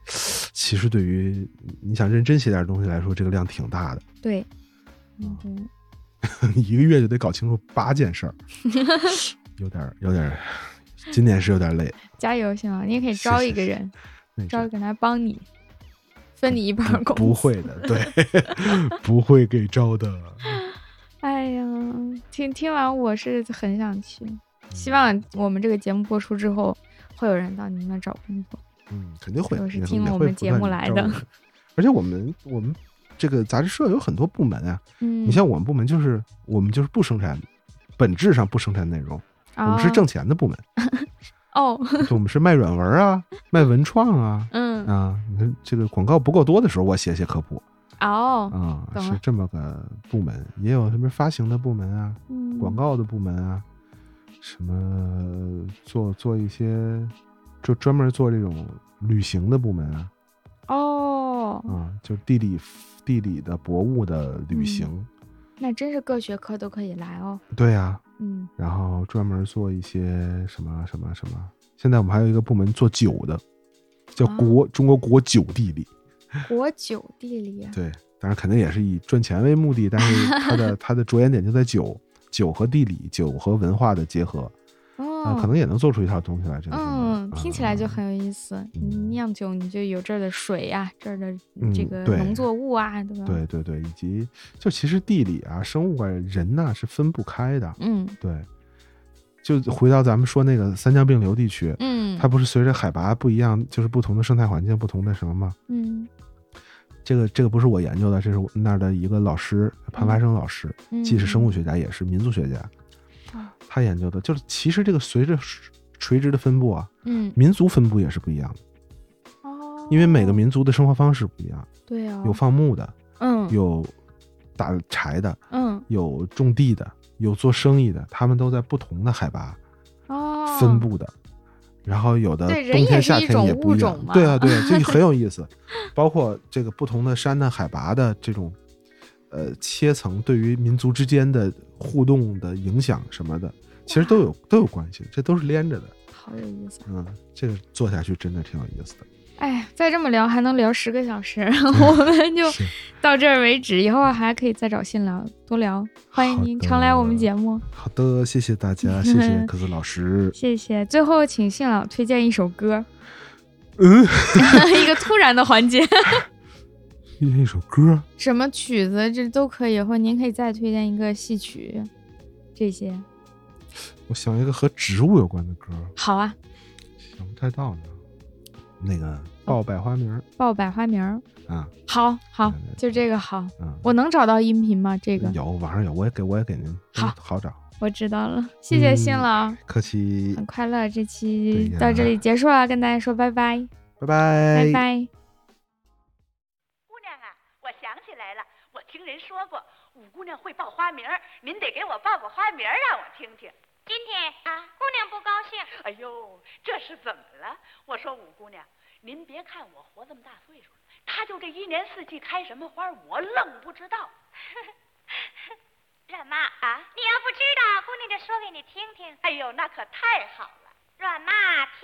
其实对于你想认真写点东西来说，这个量挺大的， [laughs] 对，嗯对，一个月就得搞清楚八 [laughs] 件事儿，有点儿有点儿，今年是有点儿累。加油，行啊，你也可以是招是一个是人，那招个一个人来帮你，分你一 [laughs] 半儿工资不会的，对， [laughs] 不会给招的。嗯哎呀，听听完我是很想去，嗯希望我们这个节目播出之后，会有人到您那找工作。嗯，肯定会都是也听也我会们不节断目地来招的人。而且我们我们这个杂志社有很多部门啊，嗯，你像我们部门就是我们就是不生产，本质上不生产内容，我们是挣钱的部门，哦，哦就我们是卖软文啊，卖文创啊。嗯，啊，你看这个广告不够多的时候，我写写科普哦，啊，懂是了这么个部门，也有什么发行的部门啊，嗯广，告的部门啊，什么做做一些，就专门做这种旅行的部门啊，哦，啊，就是地理地理的博物的旅嗯行，那真是各学科都可以来哦。对呀、啊 [laughs] 嗯，然后专门做一些什么什么什么，现在我们还有一个部门做酒的，叫哦国、中国国酒地理。国酒地理啊，对，当然肯定也是以赚钱为目的，但是它 [laughs] 的它的着眼点就在酒、酒和地理、酒和文化的结合，啊、哦，可能也能做出一套东西来。这个东西嗯，听起来就嗯很有意思。你嗯酿酒，你就有这儿的水呀、这儿的这嗯个对农作物啊，对吧？对对对，以及就其实地理啊、生物啊、人呐、是分不开的。嗯对，就回到咱们说那个三江并流地区，嗯，它不是随着海拔不一样，就是不同的生态环境、不同的什么吗？嗯这个这个不是我研究的，这是我那儿的一个老师潘发生老师，嗯，既是生物学家也是民族学家，他研究的就是其实这个随着垂直的分布啊，嗯，民族分布也是不一样的，哦，因为每个民族的生活方式不一样，对哦，有放牧的，嗯有打柴的，嗯有种地的，有做生意的，他们都在不同的海拔哦分布的。然后有的对人冬也天是夏一天种也不物一样种，嘛对啊对啊，这个很有 [laughs] 意思。包括这个不同的山的海拔的这种，呃，切层对于民族之间的互动的影响什么的，其实都有都有关系，这都是连着的。好有意思啊。嗯，这个做下去真的挺有意思的。哎，再这么聊还能聊十个小 [laughs] 时，我们就行到这儿为止，以后啊还可以再找新聊多聊。欢迎好您常来我们的节目，好的，谢谢大家，谢 [laughs] 谢克子老师。谢谢。最后请信老推荐一首歌，嗯， [laughs] 一个突然的环节。推荐一首歌，什么曲子这都可以，或您可以再推荐一个戏曲，这些我想一个和植物有关的歌。好啊。想不太到呢。那个报百花名儿报百花名儿，啊，好好对就对，这个好。嗯，我能找到音频吗？这个有网上有，我也给我也给您好嗯好找，我知道了，谢谢新嗯老，客气很，快乐。这期对呀到这里结束了，跟大家说拜拜，拜拜拜拜。姑娘啊，我想起来了，我听人说过五姑娘会报花名儿，您得给我报个花名儿让我听听。今天啊，姑娘不高兴，哎呦，这是怎么了？我说五姑娘，您别看我活这么大岁数了，她就这一年四季开什么花儿，我愣不知 [laughs] 道。阮妈啊，你要不知道，姑娘就说给你听听。哎呦，那可太好了。阮妈听。